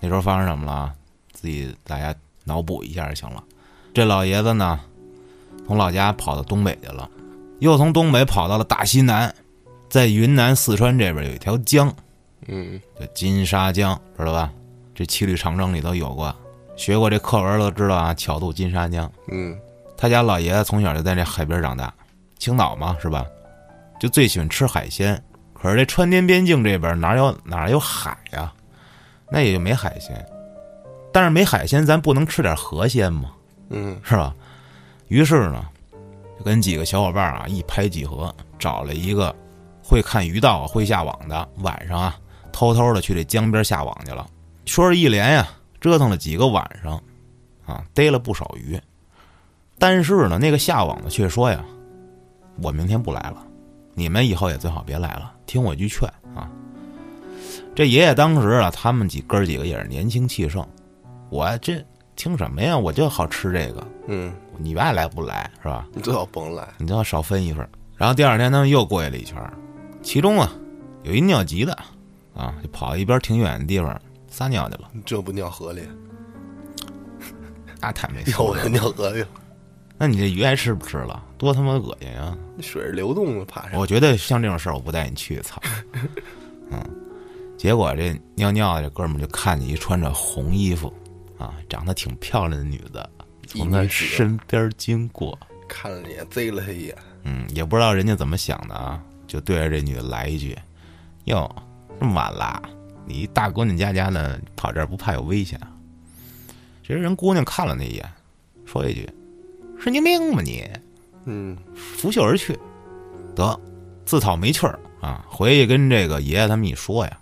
A: 那时候发生什么了啊？自己大家脑补一下就行了。这老爷子呢，从老家跑到东北去了，又从东北跑到了大西南，在云南、四川这边有一条江，
B: 嗯，
A: 叫金沙江，知道吧？这七律长征里头有过，学过这课文都知道啊，巧渡金沙江。
B: 嗯，
A: 他家老爷子从小就在这海边长大，青岛嘛，是吧？就最喜欢吃海鲜。可是这川滇边境这边哪有哪有海呀、那也就没海鲜。但是没海鲜，咱不能吃点河鲜吗？
B: 嗯，
A: 是吧？于是呢，就跟几个小伙伴啊一拍即合，找了一个会看鱼道、啊会下网的，晚上啊偷偷的去这江边下网去了。说是一连呀、折腾了几个晚上，啊逮了不少鱼。但是呢，那个下网的却说呀：“我明天不来了，你们以后也最好别来了，听我一句劝啊。”这爷爷当时啊，他们几哥儿几个也是年轻气盛，我这听什么呀？我就好吃这个，
B: 嗯，
A: 你爱来不来是吧？
B: 你最好甭来。
A: 你最好少分一份儿。然后第二天他们又过去了一圈儿，其中啊有一尿急的啊，就跑一边挺远的地方撒尿去了，
B: 这不 尿河里，
A: 那太没
B: 要
A: 素
B: 我
A: 质
B: 就
A: 了。
B: 尿河里了。
A: 那你这鱼还吃不吃了？多他妈恶心啊！
B: 那水是流动的，怕啥？
A: 我觉得像这种事儿，我不带你去， 操！嗯，结果这尿尿的这哥们儿就看见一穿着红衣服啊，长得挺漂亮的女的
B: 一
A: 从他
B: 女子
A: 身边经过，
B: 看了你，贼了他一眼。
A: 嗯，也不知道人家怎么想的啊，就对着这女的来一句：“哟，这么晚了，你一大姑娘家家的跑这儿不怕有危险啊？”其实人姑娘看了他一眼，说一句：“神经病吧你！”
B: 嗯，
A: 拂袖而去。得，自讨没趣儿啊！回去跟这个爷爷他们一说呀，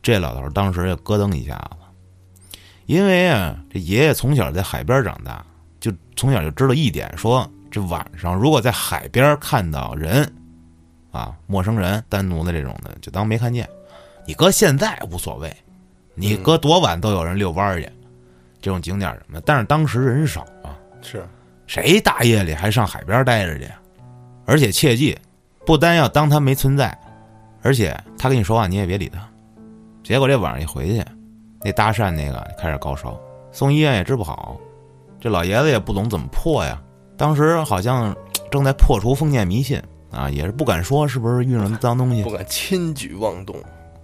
A: 这老头儿当时就咯噔一下子，因为啊，这爷爷从小在海边长大，就从小就知道一点说，这晚上如果在海边看到人，啊，陌生人、单独的这种的，就当没看见。你搁现在无所谓，你搁多晚都有人遛弯儿去，这种景点儿什么的。但是当时人少啊，
B: 是
A: 谁大夜里还上海边待着去？而且切记，不单要当他没存在，而且他跟你说话你也别理他。结果这晚上一回去，那搭讪那个开始高烧，送医院也治不好，这老爷子也不懂怎么破呀。当时好像嘖正在破除封建迷信啊，也是不敢说是不是遇上什么脏东西
B: 不，敢轻举妄动，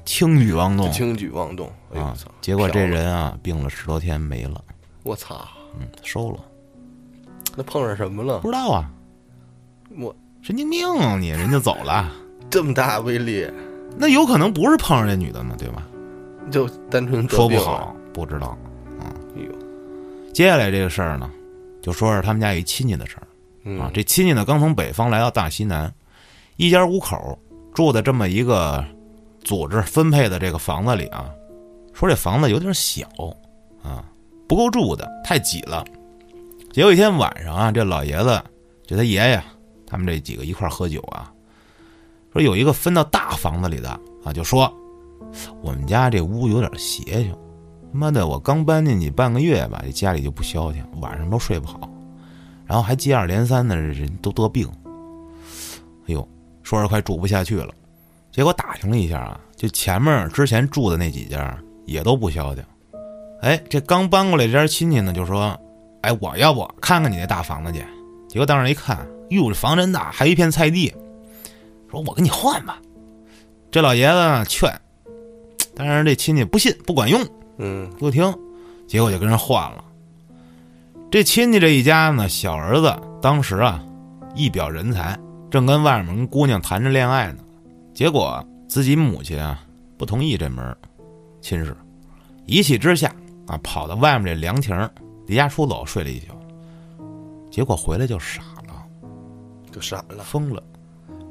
A: 轻举妄
B: 不
A: 动
B: 轻举妄动。哎呦
A: 啊
B: 我操！！
A: 结果这
B: 飘了，
A: 人啊病了十多天没了，
B: 我操！
A: 嗯，收了，
B: 那碰上什么了
A: 不？知道啊，
B: 我
A: 神经病啊你，人就走了。
B: 这么大威力，
A: 那有可能不是碰上这女的呢，对吧？
B: 就单纯得
A: 说不
B: 病了
A: 好，不知道啊。
B: 哎呦，
A: 接下来这个事儿呢，就说是他们家有一亲戚的事儿。啊
B: 嗯，，
A: 这亲戚呢刚从北方来到大西南，一家五口住在这么一个组织分配的这个房子里啊，说这房子有点小啊，不够住的，太挤了。结果一天晚上啊，这老爷子就他爷爷他们这几个一块儿喝酒啊，说有一个分到大房子里的啊，就说我们家这屋有点邪性，妈的，我刚搬进去半个月吧，这家里就不消停，晚上都睡不好。然后还接二连三的人都得病。哎呦，说是快住不下去了。结果打听了一下啊，就前面之前住的那几家也都不消停。哎，这刚搬过来这家亲戚呢，就说：“哎，我要不看看你那大房子去？”结果到那儿一看，哟，这房真大，还有一片菜地。说：“我跟你换吧。”这老爷子呢劝，但是这亲戚不信，不管用。
B: 嗯，
A: 不听，结果就跟人换了。这亲戚这一家呢，小儿子当时啊一表人才，正跟外面跟姑娘谈着恋爱呢，结果自己母亲啊不同意这门儿亲事，一气之下啊跑到外面这凉亭儿离家出走睡了一宿，结果回来就傻了，
B: 就闪了，
A: 疯了。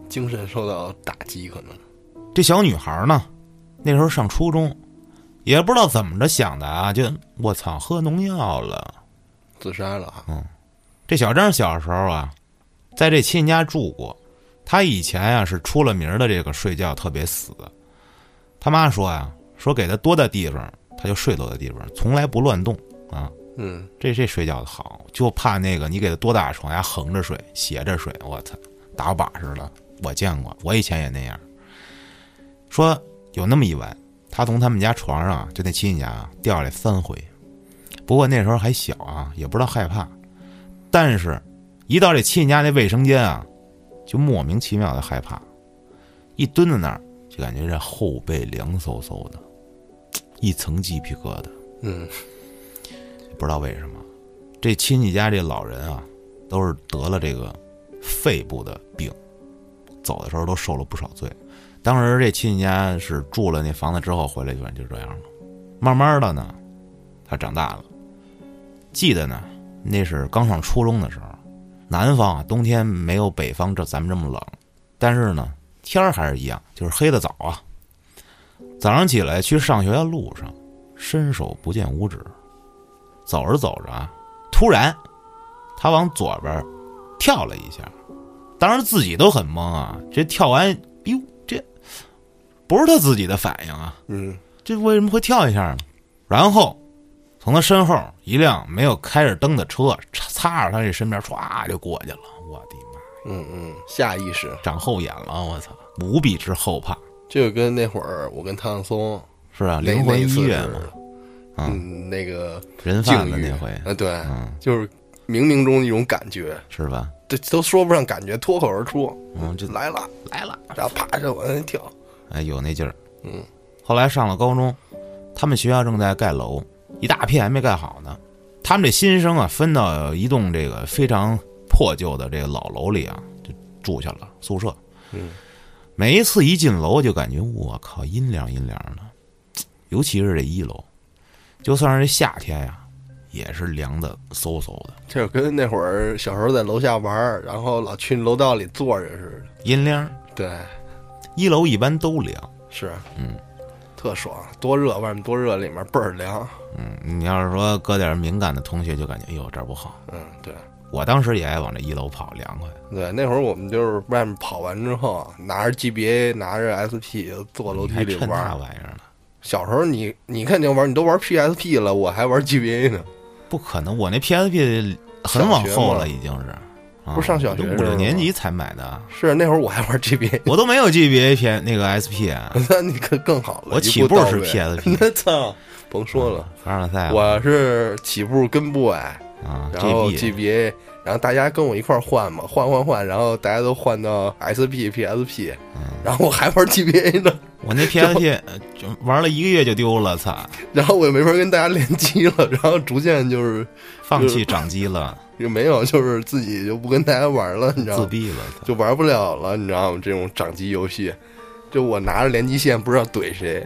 B: 精神受到打击可能。
A: 这小女孩呢，那时候上初中，也不知道怎么着想的啊，就我操喝农药了。
B: 自杀了啊！
A: 这小张小时候啊，在这亲戚家住过，他以前呀、是出了名儿的这个睡觉特别死。他妈说呀、说给他多大地方他就睡多大地方，从来不乱动啊。
B: 嗯，
A: 这这睡觉的好，就怕那个你给他多大床呀，横着睡、斜着睡，我操，打把式的，我见过，我以前也那样。说有那么一晚，他从他们家床上啊就那亲戚家啊掉下来三回，不过那时候还小啊，也不知道害怕，但是，一到这亲戚家那卫生间啊，就莫名其妙的害怕，一蹲在那儿就感觉这后背凉飕飕的，一层鸡皮疙瘩。
B: 嗯，
A: 不知道为什么，这亲戚家这老人啊，都是得了这个肺部的病，走的时候都受了不少罪。当时这亲戚家是住了那房子之后回来，就就这样了。慢慢的呢，他长大了，记得呢，那是刚上初中的时候，南方啊冬天没有北方这咱们这么冷，但是呢天儿还是一样，就是黑的早啊。早上起来去上学的路上，伸手不见五指，走着走着啊，突然他往左边跳了一下，当时自己都很懵啊。这跳完，哟，这不是他自己的反应啊，
B: 嗯，
A: 这为什么会跳一下呢？然后从他身后一辆没有开着灯的车擦擦着他这身边唰就过去了，我的妈，
B: 嗯嗯，下意识，
A: 长后眼了，我操，无比之后怕，
B: 这就跟那会儿我跟唐松
A: 是啊，
B: 那
A: 灵魂
B: 那次
A: 医院
B: 是
A: 嘛，啊
B: 嗯，那个
A: 人
B: 境
A: 贩子
B: 遇
A: 那回，
B: 啊，对，
A: 嗯，
B: 就是冥冥中的一种感觉，
A: 是吧？
B: 这都说不上感觉，脱口而出，
A: 嗯，就
B: 来了，
A: 来了。
B: 然后啪就往那跳，
A: 哎，有那劲儿。
B: 嗯，
A: 后来上了高中，他们学校正在盖楼，一大片还没盖好呢。他们这新生啊，分到一栋这个非常破旧的这个老楼里啊，就住去了宿舍。
B: 嗯，
A: 每一次一进楼就感觉我靠阴凉阴凉的，尤其是这一楼，就算是这夏天呀、也是凉的嗖嗖的，
B: 这就跟那会儿小时候在楼下玩儿，然后老去楼道里坐着似
A: 阴凉。
B: 的，对，
A: 一楼一般都凉，
B: 是，
A: 嗯，
B: 特爽，多热，外面多热，里面倍儿凉，
A: 嗯，你要是说搁点敏感的同学，就感觉哎呦这儿不好。
B: 嗯，对。
A: 我当时也爱往这一楼跑，凉快。
B: 对，那会儿我们就是外面跑完之后啊，拿着 GBA，拿着 SP，坐楼
A: 你
B: 梯
A: 还
B: 里
A: 趁
B: 玩
A: 那
B: 儿。
A: 玩意儿呢？
B: 小时候你你看你玩，你都玩 PSP 了，我还玩 GBA 呢。
A: 不可能，我那 PSP 很往后了，已经是，啊
B: 不是上小学
A: 我都
B: 时
A: 五
B: 候
A: 六
B: 吗
A: 年级才买的，
B: 是那会儿我还玩 GBA，
A: 我都没有 GBA P 那个 SP 啊，
B: 那你可更好了。
A: 我起步是 PSP，
B: 那操，甭说了，
A: 凡尔赛
B: 我是起步跟 boy，
A: 啊
B: 然后
A: GB
B: GBA，然后大家跟我一块儿换嘛，换换换，然后大家都换到 SP、PSP，然
A: 嗯
B: 后我还玩 GBA 呢，
A: 我那 PSP 呃就玩了一个月就丢了，操，
B: 然后我也没法跟大家联机了，然后逐渐就是
A: 放弃掌机了，
B: 也没有，就是自己就不跟大家玩了，你知道
A: 自
B: 吗？
A: 闭了，操
B: 就玩不了了，你知道吗？这种掌机游戏，就我拿着联机线不知道怼谁，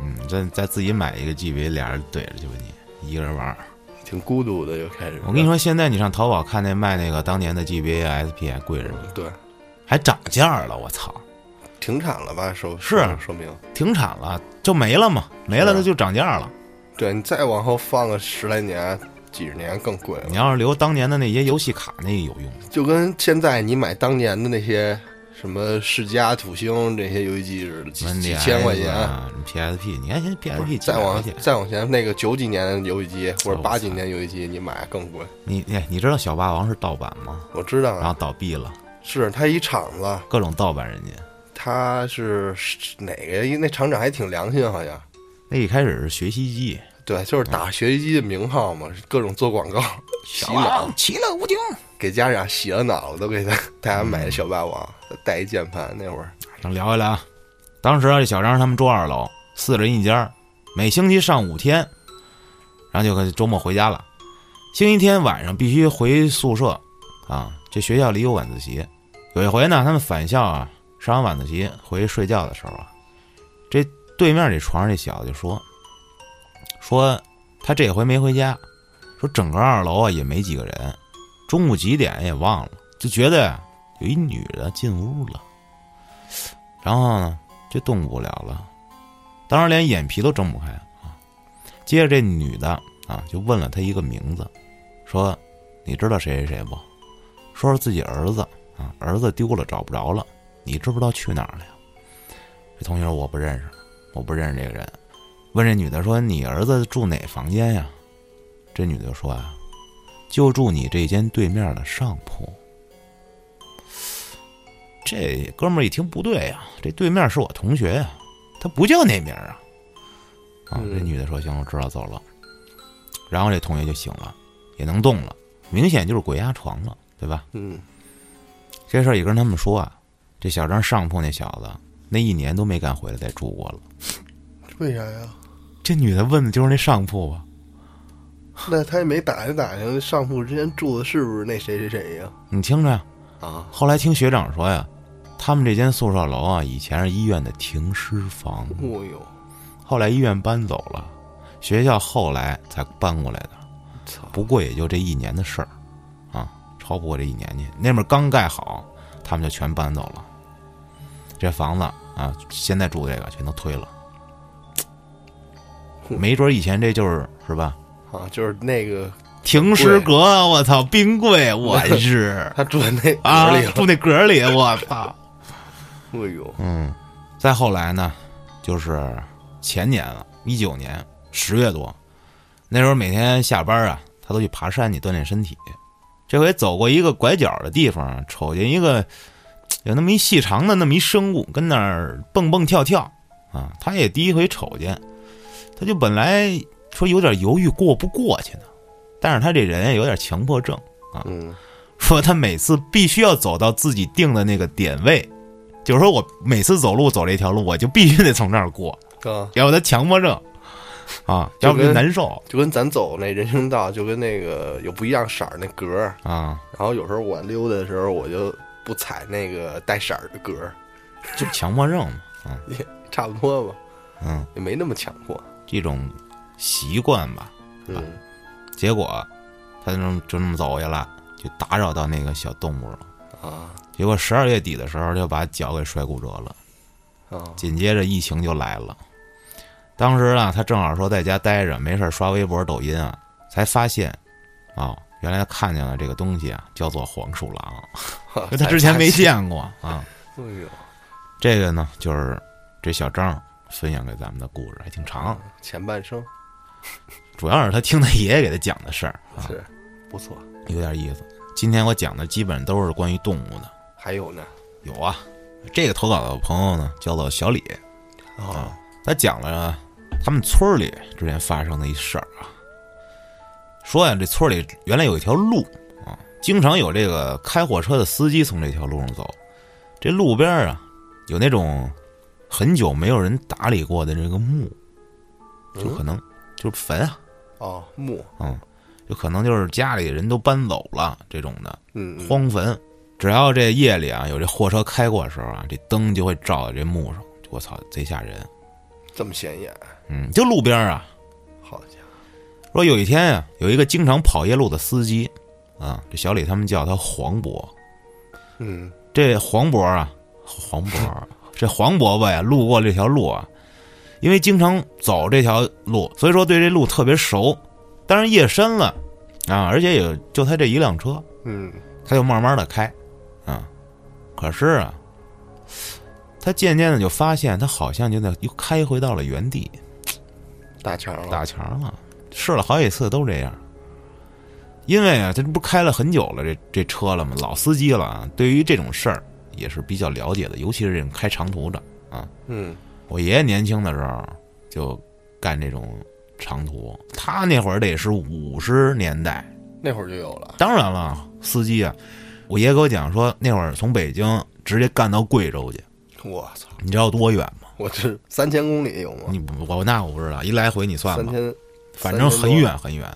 A: 嗯，再再自己买一个 GB，俩人怼着去吧你，一个人玩儿。
B: 挺孤独的，就开始。
A: 我跟你
B: 说，
A: 说，现在你上淘宝看那卖那个当年的 GBA、SP 还贵着呢，
B: 对，
A: 还涨价了，我操，
B: 停产了吧？说
A: 是
B: 说说明，
A: 停产了就没了嘛，没了
B: 是啊
A: 它就涨价了。
B: 对你再往后放个十来年、几十年更贵
A: 你
B: 了，
A: 要是留当年的那些游戏卡，那有用。
B: 就跟现在你买当年的那些什么世嘉、土星这些游戏机似的，几几
A: NDS
B: 千块钱。
A: 啊，什么 PSP，你看现在
B: 不
A: PSP 几
B: 是，再
A: 百块
B: 往
A: 钱，
B: 再往前，那个九几年的游戏机或
A: 哦我
B: 者八几
A: 操
B: 年游戏机，你买更贵。
A: 你哎你你知道小霸王是盗版吗？
B: 我知道
A: 然
B: 啊
A: 后，倒闭了，
B: 是他一厂子，
A: 各种盗版人家。
B: 他是是哪个？那厂长还挺良心，好像。
A: 那一开始是学习机，
B: 对，就是打学习机的名号嘛，各种做广告，洗脑，
A: 其乐无穷。
B: 给家长洗了脑了，都给他大家买小霸王，带一键盘那会儿，
A: 咱聊一聊啊，当时啊，这小张他们住二楼，四人一间，每星期上五天，然后就可以周末回家了。星期天晚上必须回宿舍啊，这学校里有晚自习。有一回呢，他们返校啊，上完晚自习回去睡觉的时候啊，这对面这床上这小子就说说他这回没回家，说整个二楼啊也没几个人，中午几点也忘了，就觉得呀有一女的进屋了。然后呢，就动不了了，当时连眼皮都睁不开啊。接着这女的啊，就问了他一个名字，说：“你知道谁谁谁不？”说是自己儿子啊，儿子丢了找不着了，你知不知道去哪儿了呀？这同学说我不认识，我不认识这个人。问这女的说：“你儿子住哪房间呀？”这女的就说：“啊，就住你这间对面的上铺。”这哥们儿一听不对呀、这对面是我同学呀、他不叫那名儿啊。啊，
B: 嗯
A: 这女的说：“行，我知道，走了。”然后这同学就醒了，也能动了，明显就是鬼压床了，对吧？
B: 嗯，
A: 这事儿也跟他们说啊，这小张上铺那小子那一年都没敢回来再住过了。
B: 为啥呀？
A: 这女的问的就是那上铺啊吧？
B: 那他也没打听打听上铺之前住的是不是那谁谁谁呀？
A: 你听着呀，
B: 啊，
A: 后来听学长说呀，他们这间宿舍楼啊，以前是医院的停尸房，
B: 哦呦，
A: 后来医院搬走了，学校后来才搬过来的。
B: 操，
A: 不过也就这一年的事儿，啊，超不过这一年去。那边刚盖好，他们就全搬走了。这房子啊，现在住这个全都推了，
B: 哼
A: 没准以前这就是是吧？
B: 啊，就是那个
A: 停尸阁，我操，冰柜， 我是
B: 他住在 那
A: 啊
B: 格里，了，
A: 住那阁里，我操。
B: 哦呦，
A: 嗯，再后来呢，就是前年了，一九年十月多，那时候每天下班啊，他都去爬山去锻炼身体。这回走过一个拐角的地方，瞅见一个有那么一细长的那么一生物，跟那儿蹦蹦跳跳啊，他也第一回瞅见，他就本来说有点犹豫过不过去呢，但是他这人有点强迫症，
B: 嗯，
A: 说他每次必须要走到自己定的那个点位，就是说我每次走路走这条路，我就必须得从这儿过，
B: 啊，
A: 要不他强迫症啊，
B: 就
A: 要不就
B: 跟
A: 难受
B: 就跟咱走那人行道，就跟那个有不一样色儿那格儿，
A: 啊，
B: 然后有时候我溜达的时候，我就不踩那个带色儿的格儿，
A: 就强迫症嘛，
B: 差不多吧，
A: 嗯，
B: 也没那么强迫，
A: 这种习惯吧。
B: 嗯，
A: 结果他就就那么走下来，就打扰到那个小动物了。
B: 啊
A: 结果十二月底的时候就把脚给摔骨折了，
B: 啊，
A: 紧接着疫情就来了。当时啊，他正好说在家待着，没事儿刷微博、抖音啊，才发现，啊、原来他看见了这个东西啊，叫做黄鼠狼，
B: 哦
A: 因为他之前没见过啊。
B: 哎呦，
A: 这个呢，就是这小张分享给咱们的故事，还挺长，
B: 前半生
A: 主要是他听他爷爷给他讲的事儿啊，
B: 是不错，
A: 有点意思。今天我讲的基本都是关于动物的，
B: 还有呢，
A: 有啊。这个投稿的朋友呢，叫做小李，
B: 啊，
A: 他讲了他们村儿里之前发生的一事儿啊，说呀、这村儿里原来有一条路啊，经常有这个开火车的司机从这条路上走，这路边儿啊有那种很久没有人打理过的这个墓，就可
B: 嗯
A: 能就是坟啊，
B: 哦，木，
A: 嗯，就可能就是家里人都搬走了这种的，
B: 嗯，
A: 荒坟。只要这夜里啊有这货车开过的时候啊，这灯就会照在这墓上，我操，贼吓人。
B: 这么显眼，
A: 嗯，就路边啊。
B: 好家伙，
A: 说有一天呀、有一个经常跑夜路的司机，啊，这小李他们叫他黄渤。
B: 嗯，
A: 这黄渤啊，黄渤儿，这黄伯伯呀，路过这条路啊，因为经常走这条路，所以说对这路特别熟。但是夜深了啊，而且也就他这一辆车，
B: 嗯，
A: 他就慢慢的开，啊，可是啊，他渐渐的就发现他好像就在又开回到了原地，
B: 搭墙了，
A: 打墙了，试了好几次都这样。因为啊，他这不开了很久了，这这车了吗？老司机了啊，对于这种事儿也是比较了解的，尤其是这种开长途的啊。
B: 嗯，
A: 我爷爷年轻的时候就干这种长途，他那会儿得是五十年代。
B: 那会儿就有了，
A: 当然了，司机啊，我爷给我讲说，那会儿从北京直接干到贵州去，
B: 我操，
A: 你知道多远吗？
B: 我这三千公里有吗？
A: 你我那我不知道，一来回你算吧
B: 三，千，
A: 反正很
B: 哎
A: 远很远。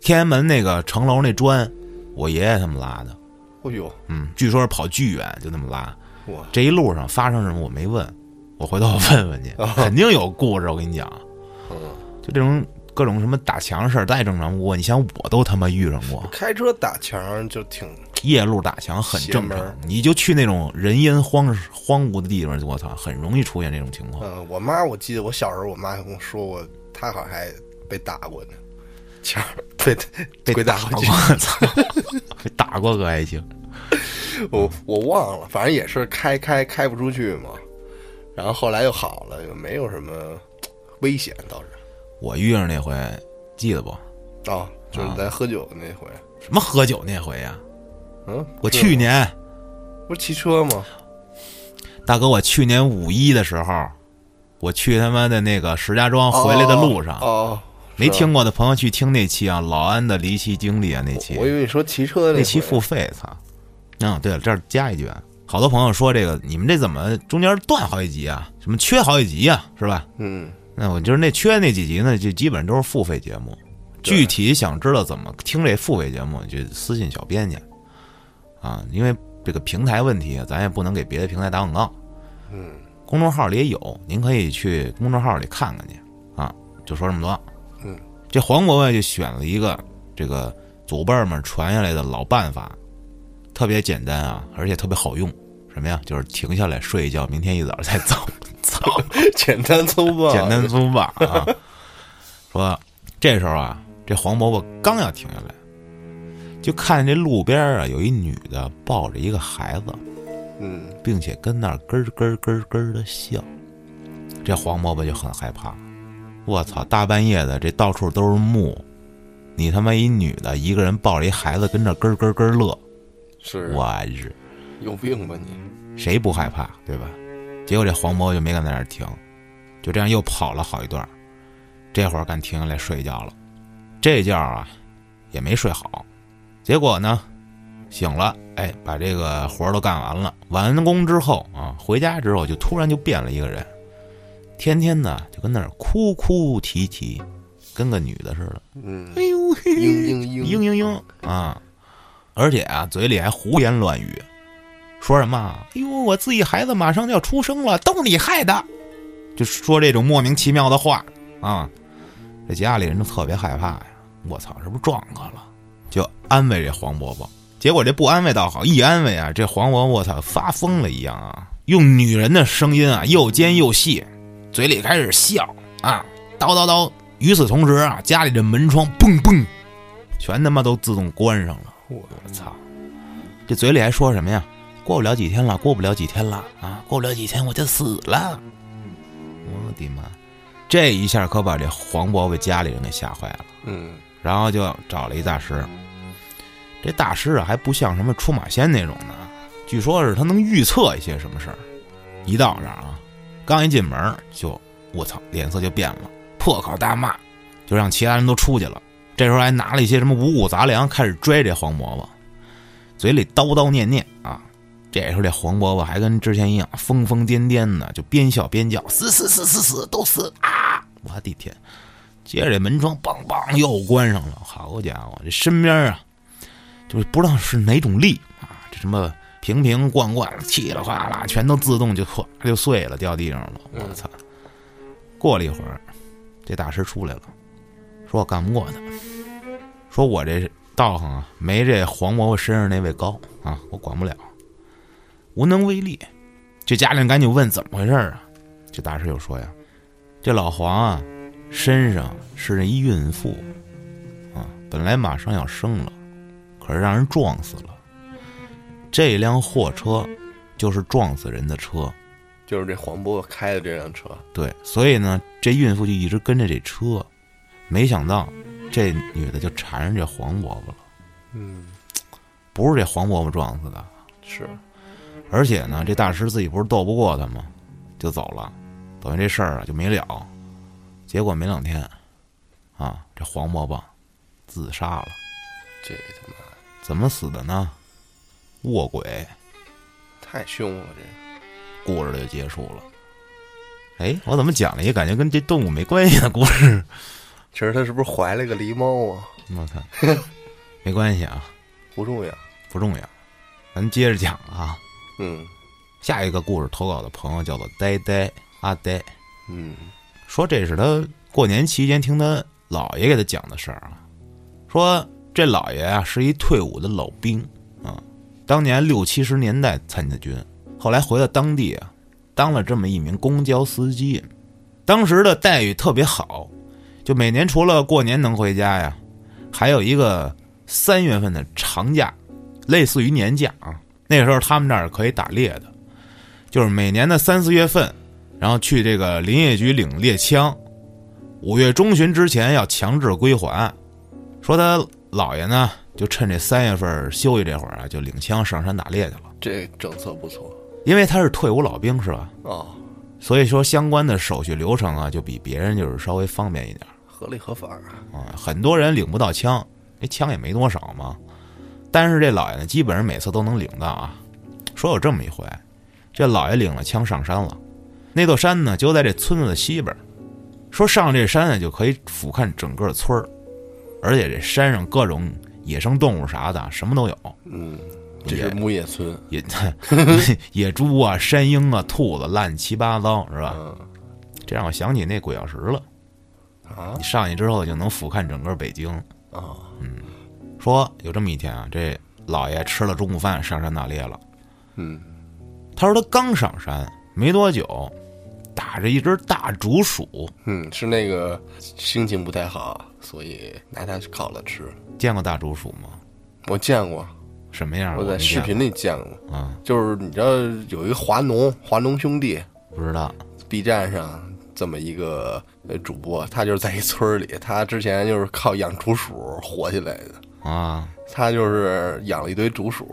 A: 天安门那个城楼那砖，我爷爷他们拉的，
B: 哎呦，
A: 嗯，据说是跑巨远，就那么拉。
B: 我
A: 这一路上发生什么我没问，我回头我问问去，肯定有故事。我跟你讲，
B: 哦嗯，
A: 就这种各种什么打墙事儿再正常不过，你想我都他妈遇上过，
B: 开车打墙就挺，
A: 夜路打墙很正
B: 邪门
A: 常
B: 儿。
A: 你就去那种人烟荒荒芜的地方，我操，很容易出现这种情 况。
B: 嗯，我妈我记得我小时候我妈还跟我说过，她好像还被打过呢， 墙儿被
A: 被
B: 鬼
A: 打
B: 打
A: 过，
B: 回去，
A: 我操，被打过可还行。
B: 我我忘了，反正也是开开开不出去嘛，然后后来又好了，也没有什么危险倒是。
A: 我遇上那回记得不？
B: 啊，就是咱喝酒的那回，
A: 什么喝酒那回呀、
B: 嗯，
A: 我去年
B: 不是骑车吗？
A: 大哥，我去年五一的时候，我去他妈的那个石家庄回来的路上，
B: 哦，
A: 没听过的朋友去听那期啊，老安的离奇经历啊，那期
B: 我以为你说骑车的
A: 那期付
B: 付
A: 费，操！嗯，对了，这儿加一句啊，好多朋友说这个你们这怎么中间断好几集啊？什么缺好几集啊？是吧？
B: 嗯，
A: 那我就是那缺那几集呢，就基本都是付费节目。
B: 对
A: 具体想知道怎么听这付费节目，你就私信小编去啊，因为这个平台问题，啊咱也不能给别的平台打广告。
B: 嗯，
A: 公众号里也有，您可以去公众号里看看去啊。就说这么多。
B: 嗯，
A: 这黄伯伯就选了一个这个祖辈儿们传下来的老办法，特别简单啊，而且特别好用。什么呀？就是停下来睡一觉，明天一早再走。操！
B: 简单粗暴，
A: 简单粗暴啊。说这时候啊，这黄伯伯刚要停下来，就看见这路边啊有一女的抱着一个孩子，
B: 嗯，
A: 并且跟那儿咯儿咯儿咯儿咯儿的笑。这黄伯伯就很害怕，我操，大半夜的这到处都是墓，你他妈一女的一个人抱着一孩子跟那儿咯儿咯儿咯儿乐，
B: 是
A: 我日！
B: 有病吧你？
A: 谁不害怕，对吧？结果这黄渤就没敢在那儿停，就这样又跑了好一段儿，这会儿敢停下来睡觉了。这觉啊，也没睡好，结果呢，醒了，哎，把这个活儿都干完了。完工之后啊，回家之后就突然就变了一个人，天天呢就跟那儿哭哭啼啼，跟个女的似的。
B: 嗯，
A: 哎呦，嘿嘿
B: 嘤
A: 嘤
B: 嘤
A: 嘤嘤啊！而且啊，嘴里还胡言乱语，说什么啊“哎呦，我自己孩子马上就要出生了，都是你害的”，就说这种莫名其妙的话啊。这家里人都特别害怕呀，我操，是不是撞哥了？就安慰这黄伯伯。结果这不安慰倒好，一安慰啊，这黄伯伯我操发疯了一样啊，用女人的声音啊，又尖又细，嘴里开始笑啊，叨叨叨。与此同时啊，家里的门窗砰砰全他妈都自动关上了。
B: 我
A: 操！这嘴里还说什么呀？过不了几天了，过不了几天了啊！过不了几天我就死了。我的妈！这一下可把这黄伯伯家里人给吓坏了，
B: 嗯，
A: 然后就找了一大师。这大师啊，还不像什么出马仙那种的，据说是他能预测一些什么事儿。一到这儿啊，刚一进门儿就我操，脸色就变了，破口大骂，就让其他人都出去了。这时候还拿了一些什么五谷杂粮，开始拽这黄伯伯，嘴里叨叨念念啊。这时候这黄伯伯还跟之前一样疯疯癫癫的，就边笑边叫：“死死死死死，都死啊！”我的天！接着这门窗梆梆又关上了，好家伙，这身边啊，就是不知道是哪种力啊，这什么瓶瓶罐罐、噼里哗啦，全都自动就哗就碎了，掉地上了。我操！过了一会儿，这大师出来了，说我干不过他，说我这道行啊没这黄伯伯身上那位高啊，我管不了，无能为力。这家里人赶紧问怎么回事儿啊？这大师就说呀，这老黄啊身上是那一孕妇啊，本来马上要生了，可是让人撞死了。这辆货车就是撞死人的车，
B: 就是这黄波开的这辆车，
A: 对，所以呢，这孕妇就一直跟着这车，没想到这女的就缠上这黄伯伯了，
B: 嗯，
A: 不是这黄伯伯撞死的，
B: 是，
A: 而且呢，这大师自己不是斗不过他吗？就走了，等于这事儿啊就没了。结果没两天，啊，这黄伯伯自杀了，
B: 这他妈
A: 怎么死的呢？卧轨，
B: 太凶了，这
A: 故事就结束了。哎，我怎么讲了一个感觉跟这动物没关系的故事？
B: 其实他是不是怀了个狸猫啊？
A: 我操，没关系啊，
B: 不重要，
A: 不重要，咱接着讲啊。
B: 嗯
A: 下一个故事投稿的朋友叫做呆呆阿呆，
B: 嗯，
A: 说这是他过年期间听他姥爷给他讲的事儿啊。说这姥爷啊是一退伍的老兵啊，当年六七十年代参的军，后来回到当地啊，当了这么一名公交司机。当时的待遇特别好，就每年除了过年能回家呀，还有一个三月份的长假，类似于年假啊。那个时候他们那儿可以打猎的，就是每年的三四月份，然后去这个林业局领猎枪，五月中旬之前要强制归还。说他姥爷呢，就趁这三月份休息这会儿啊，就领枪上山打猎去了。
B: 这政策不错
A: 因为他是退伍老兵是吧？
B: 哦，
A: 所以说相关的手续流程啊，就比别人就是稍微方便一点
B: 合理合法啊，
A: 啊。很多人领不到枪，那枪也没多少嘛。但是这老爷呢，基本上每次都能领到啊。说有这么一回，这老爷领了枪上山了，那座山呢就在这村子的西边儿。说上这山啊，就可以俯瞰整个村儿，而且这山上各种野生动物啥的，什么都有。
B: 嗯，这是牧野村，
A: 野野猪啊、山鹰啊、兔子，乱七八糟，是吧？
B: 嗯
A: 这让我想起那鬼钥匙了。
B: 啊
A: 你上去之后就能俯瞰整个北京。嗯
B: 啊，
A: 说有这么一天啊，这老爷吃了中午饭，上山打猎了。
B: 嗯，
A: 他说他刚上山没多久，打着一只大竹鼠，
B: 嗯，是那个心情不太好，所以拿它烤了吃。
A: 见过大竹鼠吗？
B: 我见过，
A: 什么样啊？
B: 我在
A: 没
B: 视
A: 见
B: 频里哦见过，
A: 过啊、
B: 就是你知道有一个华农，华农兄弟
A: 不知道。
B: ，B 站上这么一个呃主播，他就是在一村儿里，他之前就是靠养竹鼠火起来的，
A: 啊，
B: 他就是养了一堆竹鼠，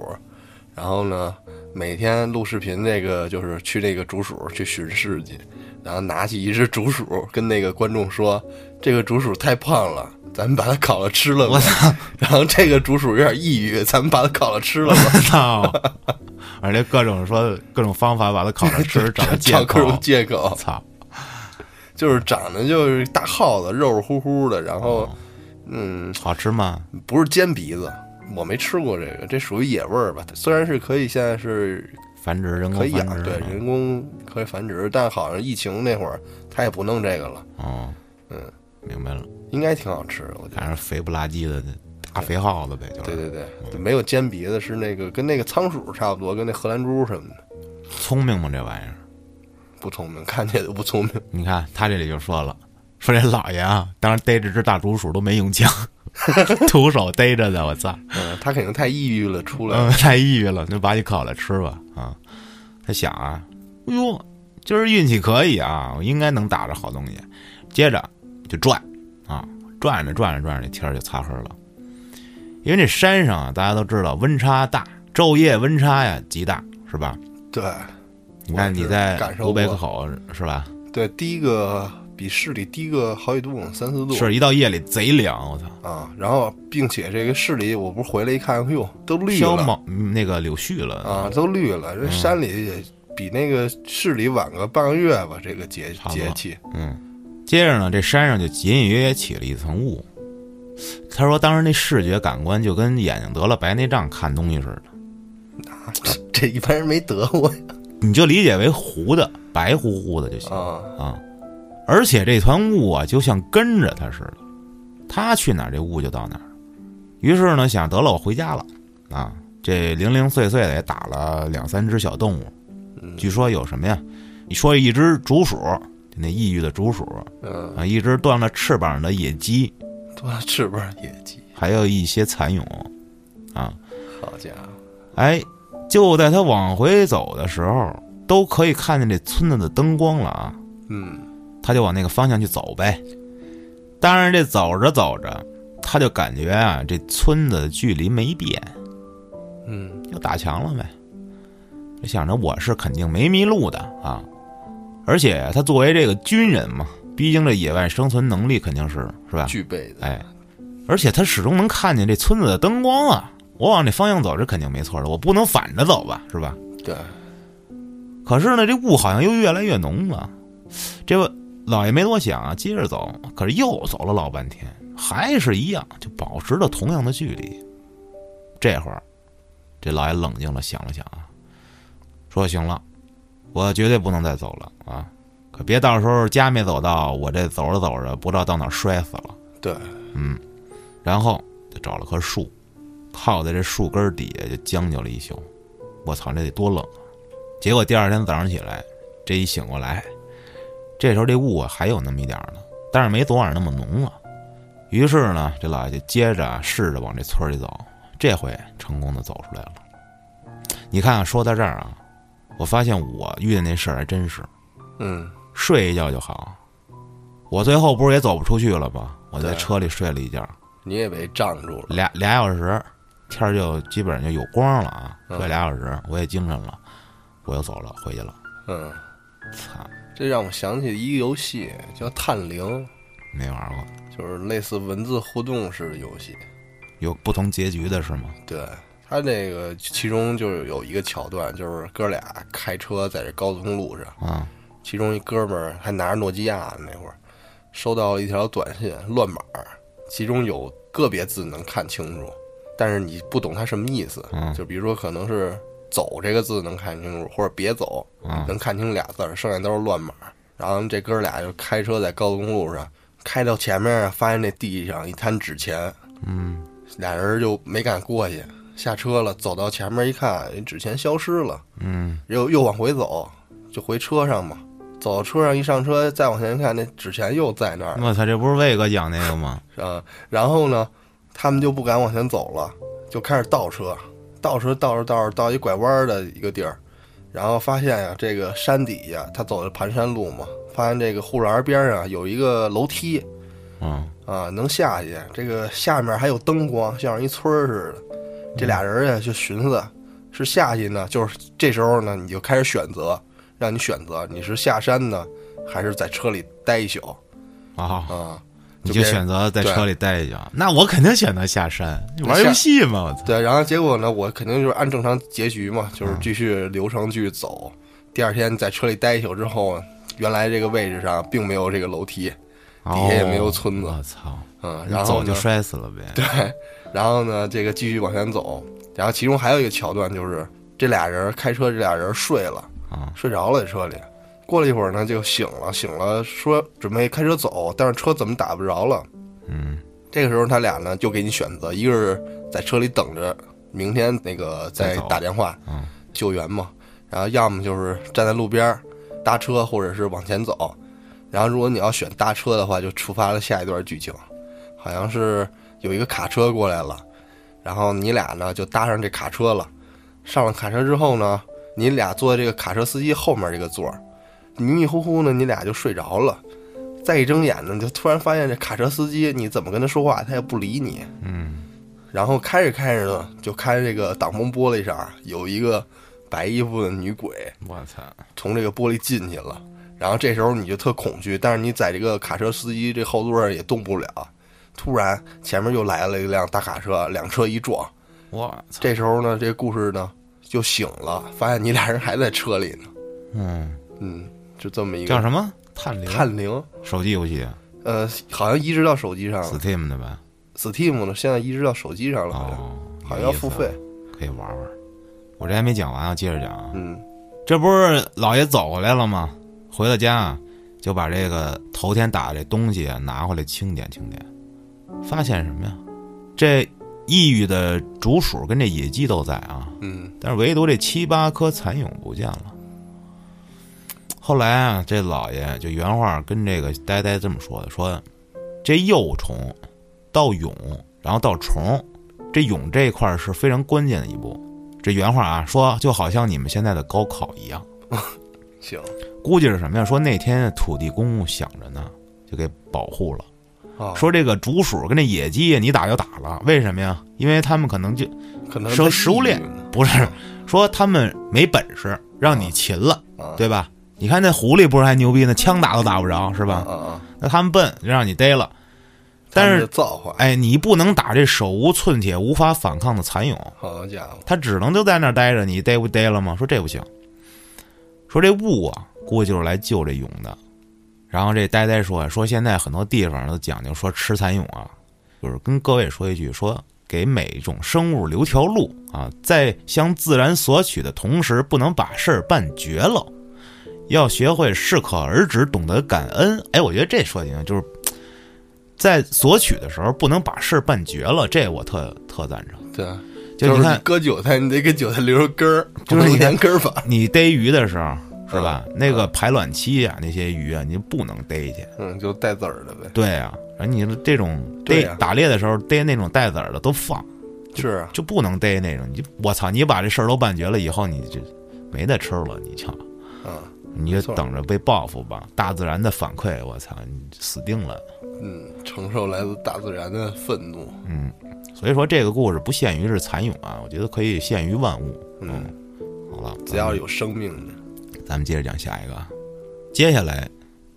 B: 然后呢，每天录视频，这个就是去那个竹鼠去巡视去，然后拿起一只竹鼠跟那个观众说：“这个竹鼠太胖了，咱们把它烤了吃了吧。” 然后这个竹鼠有点抑郁，咱们把它烤了吃了吧。
A: 操！ 而且各种说各种方法把它烤着吃，找借
B: 找各
A: 口
B: 种。借口，
A: 操！
B: 就是长得就是大耗子，肉肉乎乎的，然后，嗯，
A: 好吃吗？
B: 不是尖鼻子，我没吃过这个，这属于野味儿吧？虽然是可以，现在是
A: 繁殖人工
B: 可以
A: 繁
B: 养，
A: 殖
B: 对，
A: 啊
B: 人工可以繁殖，但好像疫情那会儿他也不弄这个了，
A: 哦，
B: 嗯，
A: 明白了，
B: 应该挺好吃的，我觉得。
A: 反正肥不拉几的大肥耗子呗，就是。
B: 对对对，
A: 嗯
B: 没有尖鼻子，是那个跟那个仓鼠差不多，跟那荷兰猪什么的，
A: 聪明吗？这玩意儿？
B: 不聪明，看起来都不聪明。
A: 你看他这里就说了，说这老爷啊，当时逮着只大竹鼠都没用枪， 徒手逮着的，我操，
B: 嗯， 他肯定太抑郁了，出来
A: 嗯，太抑郁了，就把你烤了吃吧啊！他想啊，哎呦，今儿运气可以啊，我应该能打着好东西。接着就转啊，转着转着转着，这天儿就擦黑了。因为这山上啊，大家都知道温差大，昼夜温差呀极大，是吧？
B: 对
A: 你看你在
B: 感受
A: 乌贝克
B: 过
A: 口是吧？
B: 对，低个比市里低个好几度，三四度
A: 是一到夜里贼凉，我操！
B: 啊。然后，并且这个市里，我不是回来一看，哎呦，都绿
A: 飘
B: 了
A: 毛嗯那个柳絮了
B: 啊，都绿了。
A: 嗯
B: 这山里也比那个市里晚个半个月吧，这个节
A: 差不多
B: 节气。
A: 嗯，接着呢，这山上就隐隐约约起了一层雾。他说，当时那视觉感官就跟眼睛得了白内障看东西似的，
B: 这一般人没得过呀
A: 你就理解为糊的，白乎乎的就行
B: 啊，
A: 啊。而且这团雾啊，就像跟着他似的，他去哪儿，这雾就到哪儿。于是呢，想得了，我回家了啊。这零零碎碎的也打了两三只小动物，
B: 嗯
A: 据说有什么呀？你说一只竹鼠，就那抑郁的竹鼠
B: 嗯，
A: 啊，一只断了翅膀的野鸡，
B: 多吃不是野鸡，
A: 还有一些蚕蛹，啊，
B: 好家伙，
A: 哎，就在他往回走的时候，都可以看见这村子的灯光了啊。
B: 嗯，
A: 他就往那个方向去走呗。当然，这走着走着，他就感觉啊，这村子的距离没变，
B: 嗯，
A: 又打墙了呗。就想着我是肯定没迷路的啊，而且他作为这个军人嘛，毕竟这野外生存能力肯定是是吧？
B: 具备的，
A: 哎，而且他始终能看见这村子的灯光啊。我往这方向走，这肯定没错的，我不能反着走吧，是吧？
B: 对，
A: 可是呢，这雾好像又越来越浓了。这位老爷没多想啊，接着走，可是又走了老半天，还是一样，就保持着同样的距离。这会儿，这老爷冷静了，想了想啊，说：“行了，我绝对不能再走了啊！可别到时候家没走到，我这走着走着不知道到哪儿摔死了。
B: 对，”
A: 然后就找了棵树，靠在这树根儿底下就将就了一宿。我操，这得多冷啊！结果第二天早上起来，这一醒过来，这时候这雾啊还有那么一点儿呢，但是没昨晚上那么浓了。于是呢，这老爷就接着啊试着往这村儿里走，这回成功的走出来了。你看啊、说到这儿啊，我发现我遇见那事儿还真是
B: 嗯，
A: 睡一觉就好。我最后不是也走不出去了吗？我在
B: 对
A: 车里睡了一觉，
B: 你也被胀住了，
A: 俩俩小时，天儿就基本上就有光了啊。
B: 嗯
A: 睡俩小时，我也精神了，我又走了，回去了。
B: 嗯，
A: 操，
B: 这让我想起一个游戏叫《探灵》，
A: 没玩过，
B: 就是类似文字互动式的游戏，
A: 有不同结局的是吗？
B: 对。它这个其中就是有一个桥段，就是哥俩开车在这高速公路上，
A: 啊，
B: 其中一哥们儿还拿着诺基亚那会儿，收到一条短信乱码儿，其中有个别字能看清楚，但是你不懂它什么意思。
A: 嗯
B: 就比如说可能是“走”这个字能看清楚，或者“别走”
A: 嗯
B: 能看清俩字儿，剩下都是乱码儿。然后这哥俩就开车在高速公路上，开到前面啊发现那地上一滩纸钱，
A: 嗯，
B: 俩人就没敢过去，下车了，走到前面一看，纸钱消失了。
A: 嗯，
B: 又又往回走，就回车上嘛。走到车上一上车，再往前看，那纸钱又在那儿
A: 我操，这不是魏哥讲那个吗？
B: 啊。然后呢，他们就不敢往前走了，就开始倒车，倒车倒着倒着到一拐弯的一个地儿，然后发现呀、这个山底下他走的盘山路嘛，发现这个护栏边上有一个楼梯
A: 嗯，
B: 啊，能下去。这个下面还有灯光，像是一村儿似的。这俩人呀就寻思是下去呢，就是这时候呢，你就开始选择，让你选择你是下山呢，还是在车里待一宿
A: 啊、
B: 啊？
A: 你
B: 就
A: 就
B: 别
A: 选择在车里待一宿，那我肯定选择下山玩游戏嘛，我操，
B: 对，然后结果呢，我肯定就是按正常结局嘛，
A: 嗯
B: 就是继续流程继续走。第二天在车里待一宿之后，原来这个位置上并没有这个楼梯，底下也没有村子
A: 哦我操，
B: 嗯，
A: 你
B: 然后
A: 走就
B: 呢，
A: 摔死了呗，
B: 然后呢，这个继续往前走，然后其中还有一个桥段就是这俩人开车，这俩人睡了。
A: 啊，
B: 睡着了在车里。过了一会儿呢，就醒了，醒了说准备开车走，但是车怎么打不着了？
A: 嗯，
B: 这个时候他俩呢就给你选择，一个是在车里等着，明天那个
A: 再
B: 再
A: 走
B: 打电话
A: 嗯
B: 救援嘛，然后要么就是站在路边儿搭车，或者是往前走。然后如果你要选搭车的话，就触发了下一段剧情，好像是有一个卡车过来了，然后你俩呢就搭上这卡车了。上了卡车之后呢，你俩坐在这个卡车司机后面这个座儿，迷迷糊糊呢，你俩就睡着了。再一睁眼呢，你就突然发现这卡车司机，你怎么跟他说话，他也不理你。
A: 嗯，
B: 然后开着开着呢，就开这个挡风玻璃上有一个白衣服的女鬼
A: 我操，
B: 从这个玻璃进去了。然后这时候你就特恐惧，但是你在这个卡车司机这后座儿也动不了。突然前面又来了一辆大卡车，两车一撞，
A: 我操，
B: 这时候呢，这故事呢就醒了，发现你俩人还在车里呢。
A: 嗯，
B: 嗯，就这么一
A: 叫
B: 个
A: 什么探灵？
B: 探灵，
A: 手机游戏
B: 呃，好像移植到手机上了
A: ，Steam 的吧？
B: ，Steam 呢现在移植到手机上了，嗯好像、
A: 哦，
B: 好像要付费
A: 有意。思，可以玩玩。我这还没讲完啊，接着讲啊。
B: 嗯
A: 这不是老爷走回来了吗？回到家啊，就把这个头天打这东西啊拿回来清点清点，发现什么呀？这抑郁的竹鼠跟这野鸡都在啊，
B: 嗯，
A: 但是唯独这七八颗蚕蛹不见了。后来啊，这老爷就原话跟这个呆呆这么说的：说这幼虫到蛹，然后到虫，这蛹这一块儿是非常关键的一步。这原话啊，说就好像你们现在的高考一样，
B: 行
A: 估计是什么呀？说那天土地公公想着呢，就给保护了。
B: 啊，
A: 说这个竹鼠跟这野鸡你打就打了，为什么呀？因为他们可能就
B: 可能
A: 说
B: 他
A: 食物链
B: 抑郁呢
A: 不是说他们没本事，让你勤了，
B: 啊，
A: 对吧？你看那狐狸不是还牛逼呢，枪打都打不着，是吧
B: 啊？啊，
A: 那他们笨，就让你逮了。但
B: 他们
A: 是
B: 这造化，
A: 哎，你不能打这手无寸铁、无法反抗的蚕蛹，
B: 好家伙，
A: 它只能就在那儿待着。你逮不逮了吗？说这不行。说这雾啊，估计就是来救这蛹的。然后这呆呆说说现在很多地方都讲究说吃蚕蛹啊，就是跟各位说一句，说给每一种生物留条路啊，在向自然索取的同时，不能把事儿办绝了，要学会适可而止，懂得感恩。哎，我觉得这说的就是在索取的时候，不能把事儿办绝了，这我特特赞成。
B: 对，
A: 就
B: 就是
A: 你
B: 你
A: 看，
B: 割韭菜，你得给韭菜留着根儿，
A: 就是
B: 不能
A: 你
B: 连根儿法，
A: 你逮鱼的时候是吧？那个排卵期啊，那些鱼啊，你不能逮去。
B: 嗯，就带籽儿的呗，
A: 对啊，然后你这种
B: 对啊
A: 逮、
B: 呀
A: 打猎的时候逮那种带籽儿的都放，
B: 是啊，
A: 就不能逮那种。你就我操，你把这事儿都办绝了以后，你就没得吃了，你瞧，
B: 啊，
A: 你
B: 没
A: 就
B: 错
A: 等着被报复吧。大自然的反馈，我操，你死定了。
B: 嗯，承受来自大自然的愤怒，
A: 嗯，所以说这个故事不限于是蚕蛹啊，我觉得可以限于万物。
B: 嗯，
A: 好了，
B: 只要有生命的，
A: 咱们接着讲下一个。啊，接下来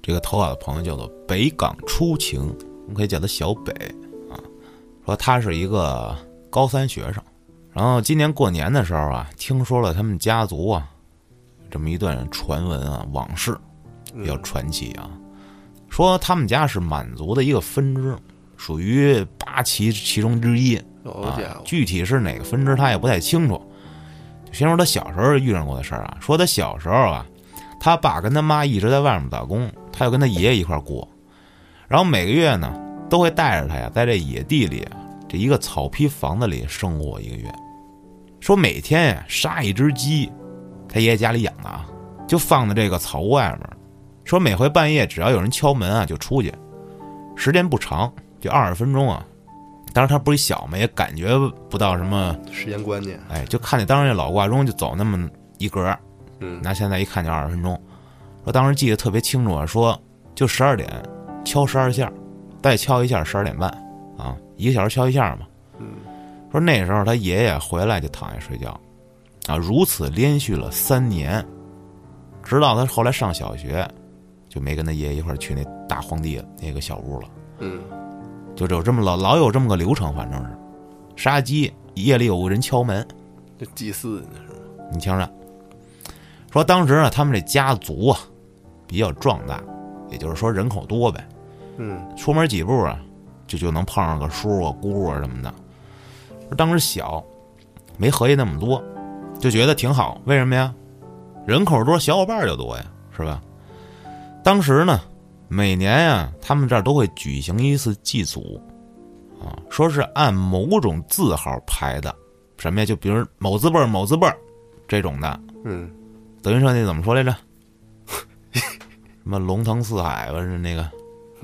A: 这个投稿的朋友叫做北港初晴，我们可以叫他小北啊。说他是一个高三学生，然后今年过年的时候啊，听说了他们家族啊这么一段传闻啊往事，
B: 嗯
A: 比较传奇啊。说他们家是满族的一个分支，属于八旗其中之一。
B: 好
A: 啊
B: 家，伙，
A: 具体是哪个分支他也不太清楚。就先说他小时候遇上过的事儿啊，说他小时候啊，他爸跟他妈一直在外面打工，他就跟他爷爷一块儿过，然后每个月呢都会带着他呀，在这野地里啊这一个草坯房子里生活一个月，说每天呀杀一只鸡，他爷爷家里养的啊，就放在这个草屋外面，说每回半夜只要有人敲门啊就出去，时间不长，就二十分钟啊，当时他不是小嘛，也感觉不到什么，
B: 时间观念，
A: 哎，就看见当时那老挂钟就走那么一格儿，
B: 嗯，
A: 拿现在一看就二十分钟。说当时记得特别清楚啊，说就十二点敲十二下，再敲一下十二点半，啊，一个小时敲一下嘛。
B: 嗯
A: 说那时候他爷爷回来就躺下睡觉，啊，如此连续了三年，直到他后来上小学，就没跟他爷爷一块儿去那大荒地那个小屋了。
B: 嗯，
A: 就有这么老老有这么个流程，反正是杀鸡，夜里有个人敲门，
B: 这祭祀呢是吧？
A: 你听着，说当时呢，他们这家族啊比较壮大，也就是说人口多呗，
B: 嗯，
A: 出门几步啊，就就能碰上个叔啊、姑啊什么的。说当时小，没合计那么多，就觉得挺好。为什么呀？人口多，小伙伴儿就多呀，是吧？当时呢，每年呀、他们这儿都会举行一次祭祖，啊，说是按某种字号排的，什么呀？就比如某字辈儿、某字辈儿这种的，
B: 嗯，
A: 德云社那怎么说来着？ 什么龙腾四海吧，是那个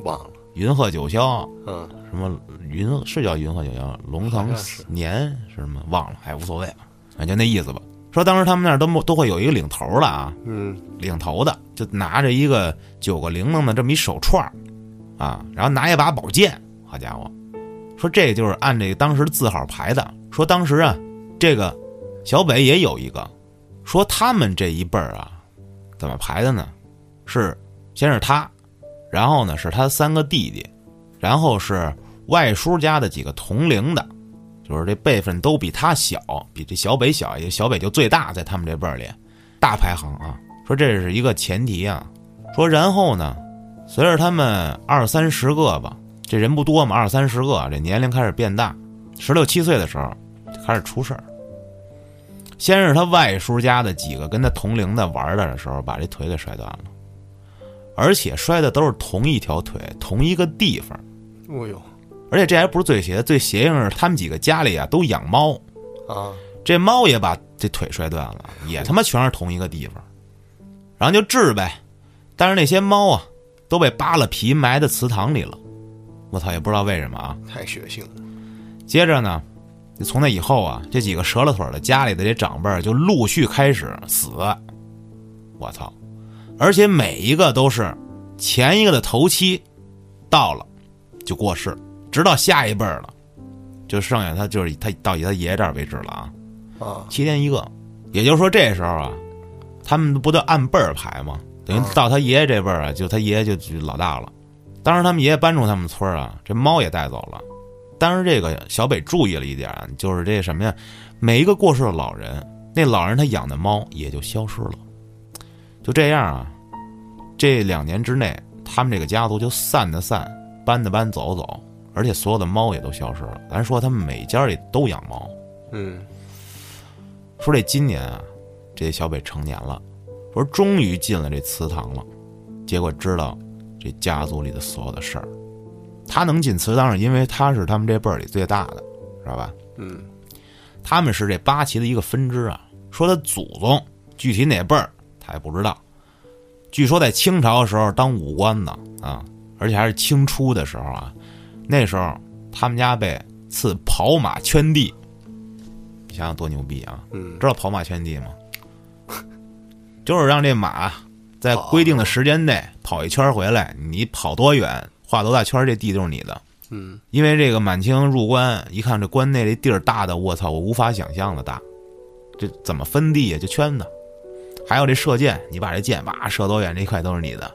B: 忘了，
A: 云鹤九霄，
B: 嗯，
A: 什么云是叫云鹤九霄，龙
B: 好
A: 腾
B: 像是
A: 年是什么忘了，哎，无所谓，反正就那意思吧。说当时他们那儿都都会有一个领头的啊，
B: 嗯，
A: 领头的就拿着一个九个铃铛的这么一手串儿啊，然后拿一把宝剑，好家伙，说这就是按这个当时字号排的。说当时啊，这个小北也有一个，说他们这一辈儿啊，怎么排的呢？是先是他，然后呢是他三个弟弟，然后是外叔家的几个同龄的，就是这辈分都比他小，比这小北小，也小北就最大，在他们这辈儿里，大排行啊。说这是一个前提啊，说然后呢，随着他们二三十个吧，这人不多嘛，二三十个，啊这年龄开始变大，十六七岁的时候就开始出事儿。先是他外叔家的几个跟他同龄的玩儿的时候，把这腿给摔断了。而且摔的都是同一条腿，同一个地方。
B: 哦呦
A: 而且这还不是最邪，最邪性是他们几个家里啊都养猫，
B: 啊，
A: 这猫也把这腿摔断了，也他妈全是同一个地方，然后就治呗。但是那些猫啊，都被扒了皮埋在祠堂里了，我操，也不知道为什么啊。
B: 太血腥了，
A: 接着呢，就从那以后啊，这几个折了腿儿的家里的这长辈儿就陆续开始死。我操！而且每一个都是前一个的头七到了就过世，直到下一辈儿了，就剩下他就是他到他爷爷这儿为止了啊。
B: 啊，
A: 七天一个，也就是说这时候啊，他们不都按辈儿排吗？等于
B: 啊
A: 到他爷爷这辈儿啊，就他爷爷就就老大了。当时他们爷爷搬出他们村儿啊，这猫也带走了。但是这个小北注意了一点啊，就是这什么呀，每一个过世的老人，那老人他养的猫也就消失了。就这样啊，这两年之内，他们这个家族就散的散，搬的搬，走走，而且所有的猫也都消失了。咱说他们每家里都养猫，
B: 嗯，
A: 说这今年啊，这小北成年了，说终于进了这祠堂了，结果知道这家族里的所有的事儿。他能进祠堂是因为他是他们这辈儿里最大的，知道吧？
B: 嗯，
A: 他们是这八旗的一个分支啊。说他祖宗具体哪辈儿他也不知道，据说在清朝的时候当武官呢啊，而且还是清初的时候啊，那时候他们家被赐跑马圈地，你想想多牛逼啊！
B: 嗯
A: 知道跑马圈地吗？ 就是让这马在规定的时间内跑一圈儿回来，你跑多远，画多大圈儿，这地就是你的。
B: 嗯，
A: 因为这个满清入关，一看这关内这地儿大的，我操，我无法想象的大，这怎么分地呀？就圈的，还有这射箭，你把这箭哇射多远，这一块都是你的，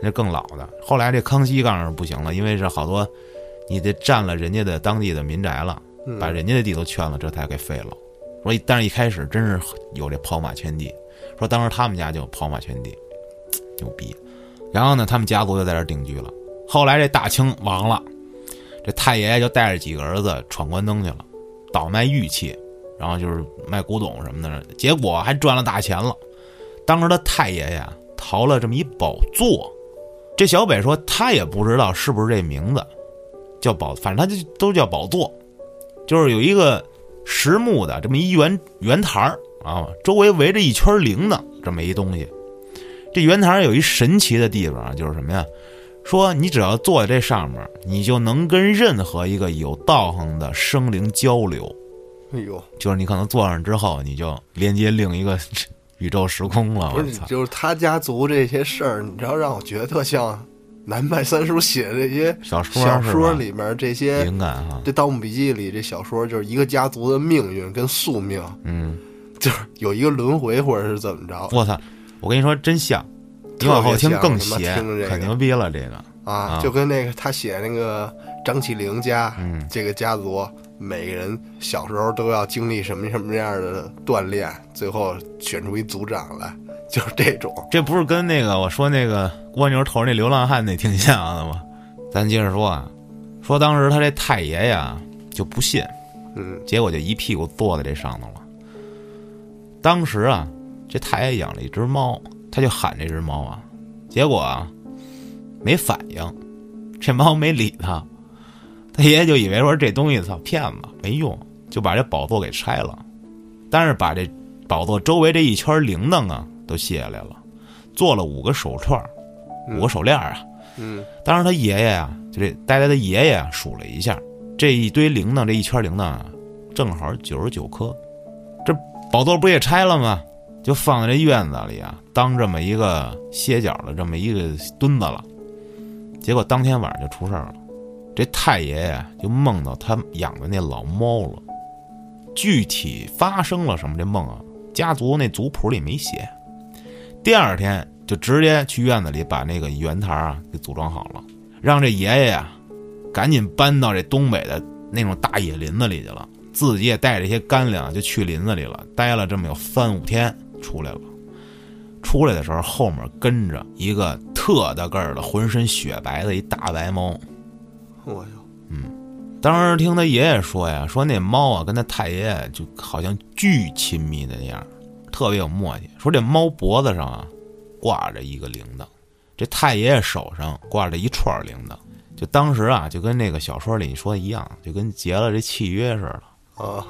A: 那更老的。后来这康熙杠上不行了，因为是好多，你得占了人家的当地的民宅了，
B: 嗯
A: 把人家的地都圈了，这才给废了。说，但是一开始真是有这跑马圈地，说当时他们家就有跑马圈地，牛逼。然后呢，他们家族就在这儿定居了。后来这大清亡了，这太爷爷就带着几个儿子闯关东去了，倒卖玉器，然后就是卖古董什么的，结果还赚了大钱了。当时他太爷爷啊淘了这么一宝座，这小北说他也不知道是不是这名字，叫宝，反正他就都叫宝座，就是有一个实木的这么一圆圆台儿啊，周围围着一圈铃铛这么一东西。这圆台儿有一神奇的地方啊，就是什么呀？说你只要坐在这上面，你就能跟任何一个有道行的生灵交流。
B: 哎呦，
A: 就是你可能坐上之后，你就连接另一个 宇宙时空了。
B: 不
A: 我
B: 是，
A: 操！
B: 就是他家族这些事儿，你知道让我觉得特像南派三叔写的这些
A: 小说
B: 小
A: 是
B: 说
A: 吧
B: 里面这些
A: 灵感啊哈，
B: 这《盗墓笔记》里这小说就是一个家族的命运跟宿命，
A: 嗯，
B: 就是有一个轮回或者是怎么着
A: 我操！我跟你说，真像。你
B: 特别
A: 往后听更
B: 像
A: 邪
B: 他妈听着这，个
A: 可牛逼了这个。
B: 啊，
A: 啊
B: 就跟那个他写那个张起灵家、
A: 嗯
B: 这个家族，每个人小时候都要经历什么什么样的锻炼，最后选出一组长来， 就是这种。
A: 这不是跟那个我说那个蜗牛头那流浪汉那挺像的吗？咱接着说啊，说当时他这太爷爷啊就不信，
B: 嗯
A: 结果就一屁股坐在这上头了。啊当时啊，这太爷养了一只猫，他就喊这只猫啊，结果啊没反应，这猫没理他，他爷爷就以为说这东西操骗子没用，就把这宝座给拆了，但是把这宝座周围这一圈铃铛啊都卸下来了，做了五个手串儿，五个手链儿啊，
B: 嗯，
A: 当时他爷爷啊，就这呆呆的爷爷啊，数了一下，这一堆铃铛，这一圈铃铛啊，正好九十九颗。这宝座不也拆了吗？就放在这院子里啊，当这么一个歇脚的这么一个墩子了。结果当天晚上就出事儿了，这太爷爷就梦到他养的那老猫了。具体发生了什么这梦啊？家族那族谱里没写。第二天就直接去院子里把那个圆台啊给组装好了，让这爷爷呀、赶紧搬到这东北的那种大野林子里去了，自己也带着一些干粮就去林子里了，待了这么有三五天出来了。出来的时候，后面跟着一个特大个儿的、浑身雪白的一大白猫。
B: 我哟，
A: 当时听他爷爷说呀，说那猫啊跟他太爷爷就好像巨亲密的那样，特别有默契。说这猫脖子上啊挂着一个铃铛，这太爷爷手上挂着一串铃铛，就当时啊，就跟那个小说里说的一样，就跟结了这契约似的。
B: 啊，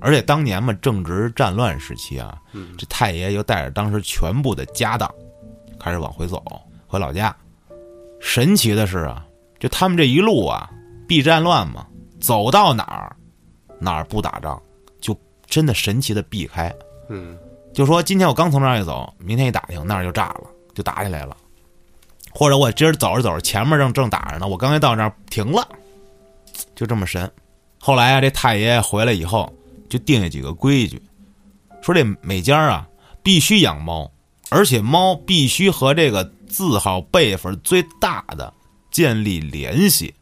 A: 而且当年嘛，正值战乱时期啊，这太爷又带着当时全部的家当，开始往回走，回老家。神奇的是啊，就他们这一路啊，避战乱嘛，走到哪儿，哪儿不打仗，就真的神奇的避开。
B: 嗯
A: 就说今天我刚从这儿一走，明天一打听那儿就炸了，就打起来了。或者我今儿走着走着，前面正正打着呢，我刚一到那儿停了，就这么神。后来啊，这太爷爷回来以后，就定下几个规矩，说这每家啊必须养猫，而且猫必须和这个字号辈分最大的建立联系。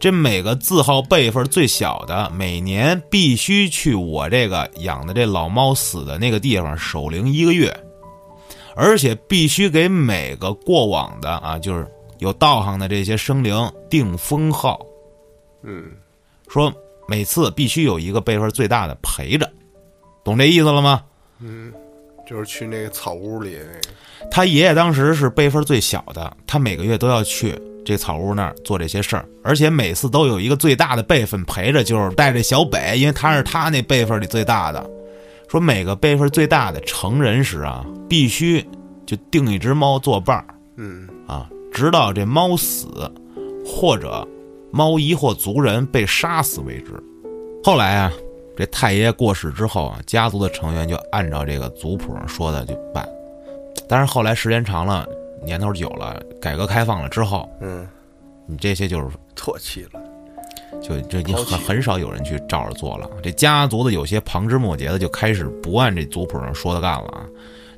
A: 这每个字号辈分最小的，每年必须去我这个养的这老猫死的那个地方守灵一个月，而且必须给每个过往的啊，就是有道行的这些生灵定封号，
B: 嗯，
A: 说每次必须有一个辈分最大的陪着，懂这意思了吗？
B: 就是去那个草屋里那个，
A: 他爷爷当时是辈分最小的，他每个月都要去这草屋那儿做这些事儿，而且每次都有一个最大的辈分陪着，就是带着小北，因为他是他那辈分里最大的。说每个辈分最大的成人时啊，必须就定一只猫作伴儿
B: 嗯
A: 啊，直到这猫死，或者猫遗或族人被杀死为止。后来啊，这太爷过世之后啊，家族的成员就按照这个族谱上说的就办。但是后来时间长了，年头久了，改革开放了之后，
B: 嗯，
A: 你这些就是
B: 唾弃了，
A: 就就已经
B: 抛
A: 很
B: 弃
A: 很少有人去照着做了。这家族的有些旁枝末节的就开始不按这族谱上说的干了啊，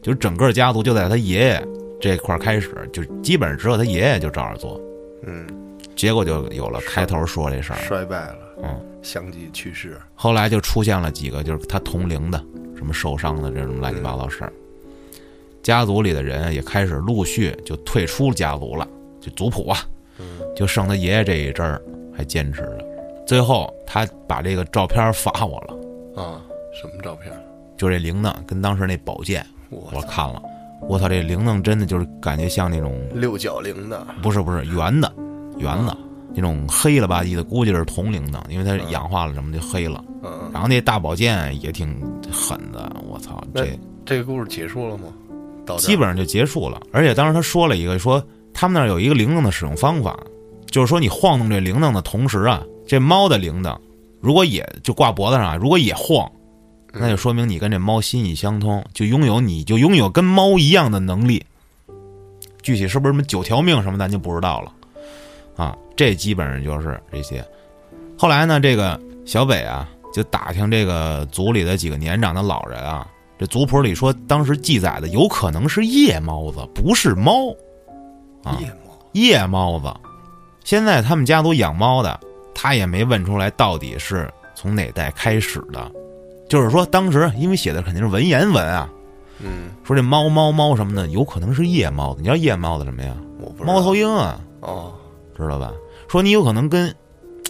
A: 就是整个家族就在他爷爷这块儿开始，就基本上只有他爷爷就照着做，
B: 嗯，
A: 结果就有了开头说这事儿。
B: 衰败了，
A: 嗯，
B: 相继去世，
A: 后来就出现了几个就是他同龄的，什么受伤的这种乱七八糟事儿。家族里的人也开始陆续就退出家族了，就族谱啊，就剩他爷爷这一支儿还坚持着。最后他把这个照片发我了，
B: 啊，什么照片？
A: 就这铃铛跟当时那宝剑，
B: 我
A: 我看了，我操，这铃铛真的就是感觉像那种
B: 六角铃的，
A: 不是不是圆的，圆的那种黑了吧唧的，估计是铜铃铛，因为它氧化了什么就黑了。
B: 嗯，
A: 然后那大宝剑也挺狠的，我操，
B: 那
A: 这
B: 这个故事结束了吗？到这儿
A: 基本上就结束了。而且当时他说了一个，说他们那儿有一个铃铛的使用方法，就是说你晃动这铃铛的同时啊，这猫的铃铛如果也就挂脖子上啊，如果也晃，那就说明你跟这猫心意相通，就拥有你就拥有跟猫一样的能力。具体是不是什么九条命什么，咱就不知道了。啊，这基本上就是这些。后来呢，这个小北啊，就打听这个族里的几个年长的老人啊，这族谱里说当时记载的有可能是夜猫子，不是猫，啊
B: 嗯夜猫，
A: 夜猫子。现在他们家族养猫的，他也没问出来到底是从哪代开始的，就是说当时因为写的肯定是文言文啊，
B: 嗯，
A: 说这猫猫猫什么的，有可能是夜猫子。你知道夜猫子什么呀？
B: 我不知道
A: 猫头鹰啊。
B: 哦，
A: 知道吧？说你有可能跟，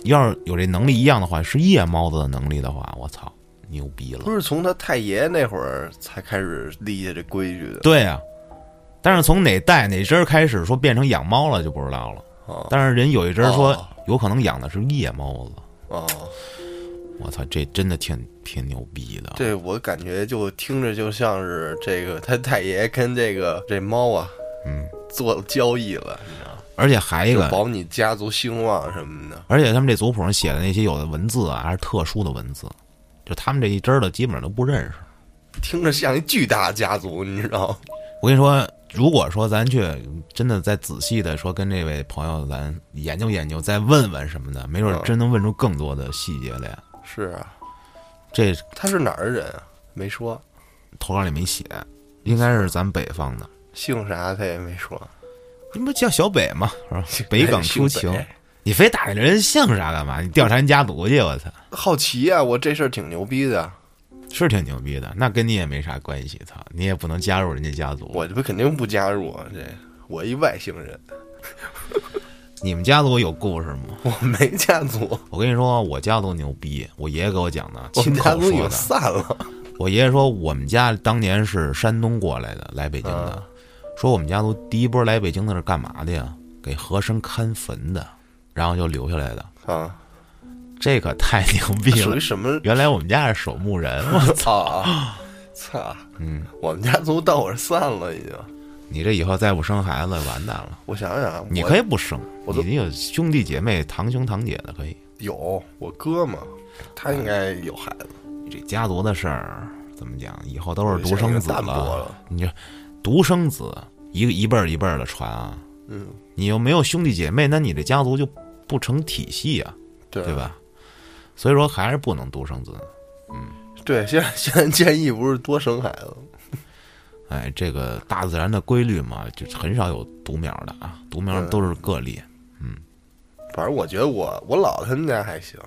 A: 要是有这能力一样的话，是夜猫子的能力的话，我操，牛逼了
B: 不！是从他太爷那会儿才开始立下这规矩的
A: 对啊，但是从哪代哪支儿开始说变成养猫了就不知道了。
B: 哦
A: 但是人有一支儿说
B: 哦
A: 有可能养的是夜猫子，
B: 哦，
A: 我操，这真的挺挺牛逼的。
B: 这我感觉就听着就像是这个他太爷跟这个这猫啊，
A: 嗯，
B: 做了交易了，你知道吗，
A: 而且还一
B: 就
A: 个，
B: 保你家族兴旺什么的。
A: 而且他们这族谱上写的那些有的文字啊，还是特殊的文字，就他们这一支儿的基本上都不认识。
B: 听着像一巨大家族，你知道吗？
A: 我跟你说，如果说咱去真的再仔细的说跟这位朋友咱研究研究，再问问什么的，没准儿
B: 嗯
A: 真能问出更多的细节来。
B: 是啊，
A: 这
B: 他是哪儿人啊？没说，
A: 投稿里没写，应该是咱北方的，
B: 姓啥他也没说。
A: 你不叫小北吗？ 是吧？北港出
B: 哎姓
A: 情
B: 北，
A: 你非打听人姓啥干嘛？你调查人家族去，我操，
B: 好奇啊，我这事儿挺牛逼的，
A: 是挺牛逼的，那跟你也没啥关系，操，你也不能加入人家家族。
B: 我这不肯定不加入啊，这我一外星人，
A: 你们家族有故事吗？
B: 我没家族，
A: 我跟你说，我家族牛逼，我爷爷给我讲的，
B: 我
A: 亲
B: 们
A: 口
B: 家族
A: 说
B: 已经
A: 的。
B: 散了。啊
A: 我爷爷说，我们家当年是山东过来的，来北京的。说我们家族第一波来北京的是干嘛的呀？给和珅看坟的，然后就留下来的。
B: 啊，
A: 这可太牛逼
B: 属
A: 了
B: 于！什么？
A: 原来我们家是守墓人，我
B: 操，操，
A: 嗯，
B: 我们家族到我这散了，已经。
A: 你这以后再不生孩子完蛋了。
B: 我想想啊，
A: 你
B: 我
A: 可以不生，
B: 我都
A: 你有兄弟姐妹、堂兄堂姐的可以。
B: 有我哥嘛，他应该有孩子。
A: 你这家族的事儿怎么讲？以后都是独生子
B: 现在已经淡薄了
A: 你这独生子一个一辈儿一辈儿的传啊。
B: 嗯，
A: 你又没有兄弟姐妹，那你这家族就不成体系啊，
B: 对
A: 对？吧？所以说还是不能独生子。
B: 对，现在现在建议不是多生孩子，
A: 哎，这个大自然的规律嘛，就很少有独苗的啊，独苗
B: 对
A: 都是个例。
B: 反正我觉得我我姥他们家还行，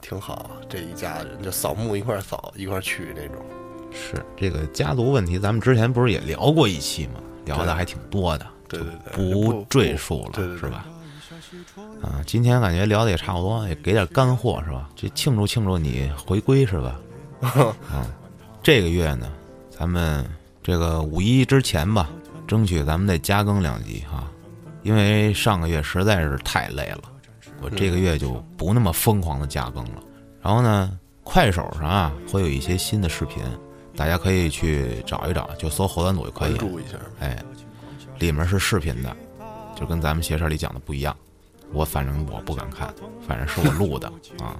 B: 挺好，这一家人就扫墓一块儿扫一块儿去那种。
A: 是这个家族问题，咱们之前不是也聊过一期吗？聊的还挺多的，
B: 对对对，
A: 不赘述了，
B: 对对对
A: 是吧？啊，今天感觉聊的也差不多，也给点干货是吧？这庆祝庆祝你回归是 吧？啊，这个月呢，咱们这个五一之前吧，争取咱们再加更两集哈、因为上个月实在是太累了，我这个月就不那么疯狂的加更了。然后呢，快手上啊会有一些新的视频，大家可以去找一找，就搜“后端组”就可以
B: 关
A: 了。
B: 注一下。
A: 哎，里面是视频的，就跟咱们斜视里讲的不一样。我反正我不敢看，反正是我录 的啊，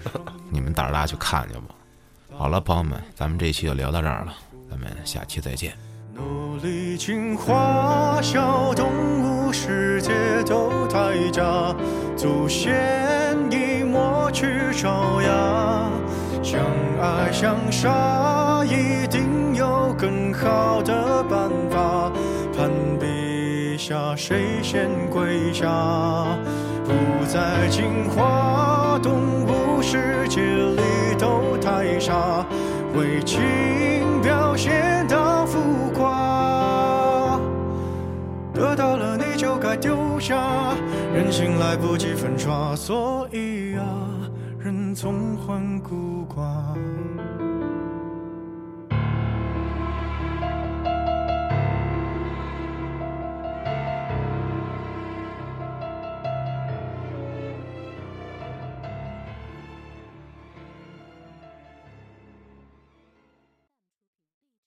A: 你们胆儿大去看去吧。好了，朋友们，咱们这期就聊到这儿了，咱们下期再见。
C: 努力进化，小动物世界都代价，祖先已抹去爪牙，相爱相杀，一定有更好的办法，攀比下谁先跪下，不再进化，动物世界里都太傻，为情表现到浮夸。得到了你就该丢下，人心来不及粉刷，所以啊，人总患孤寡。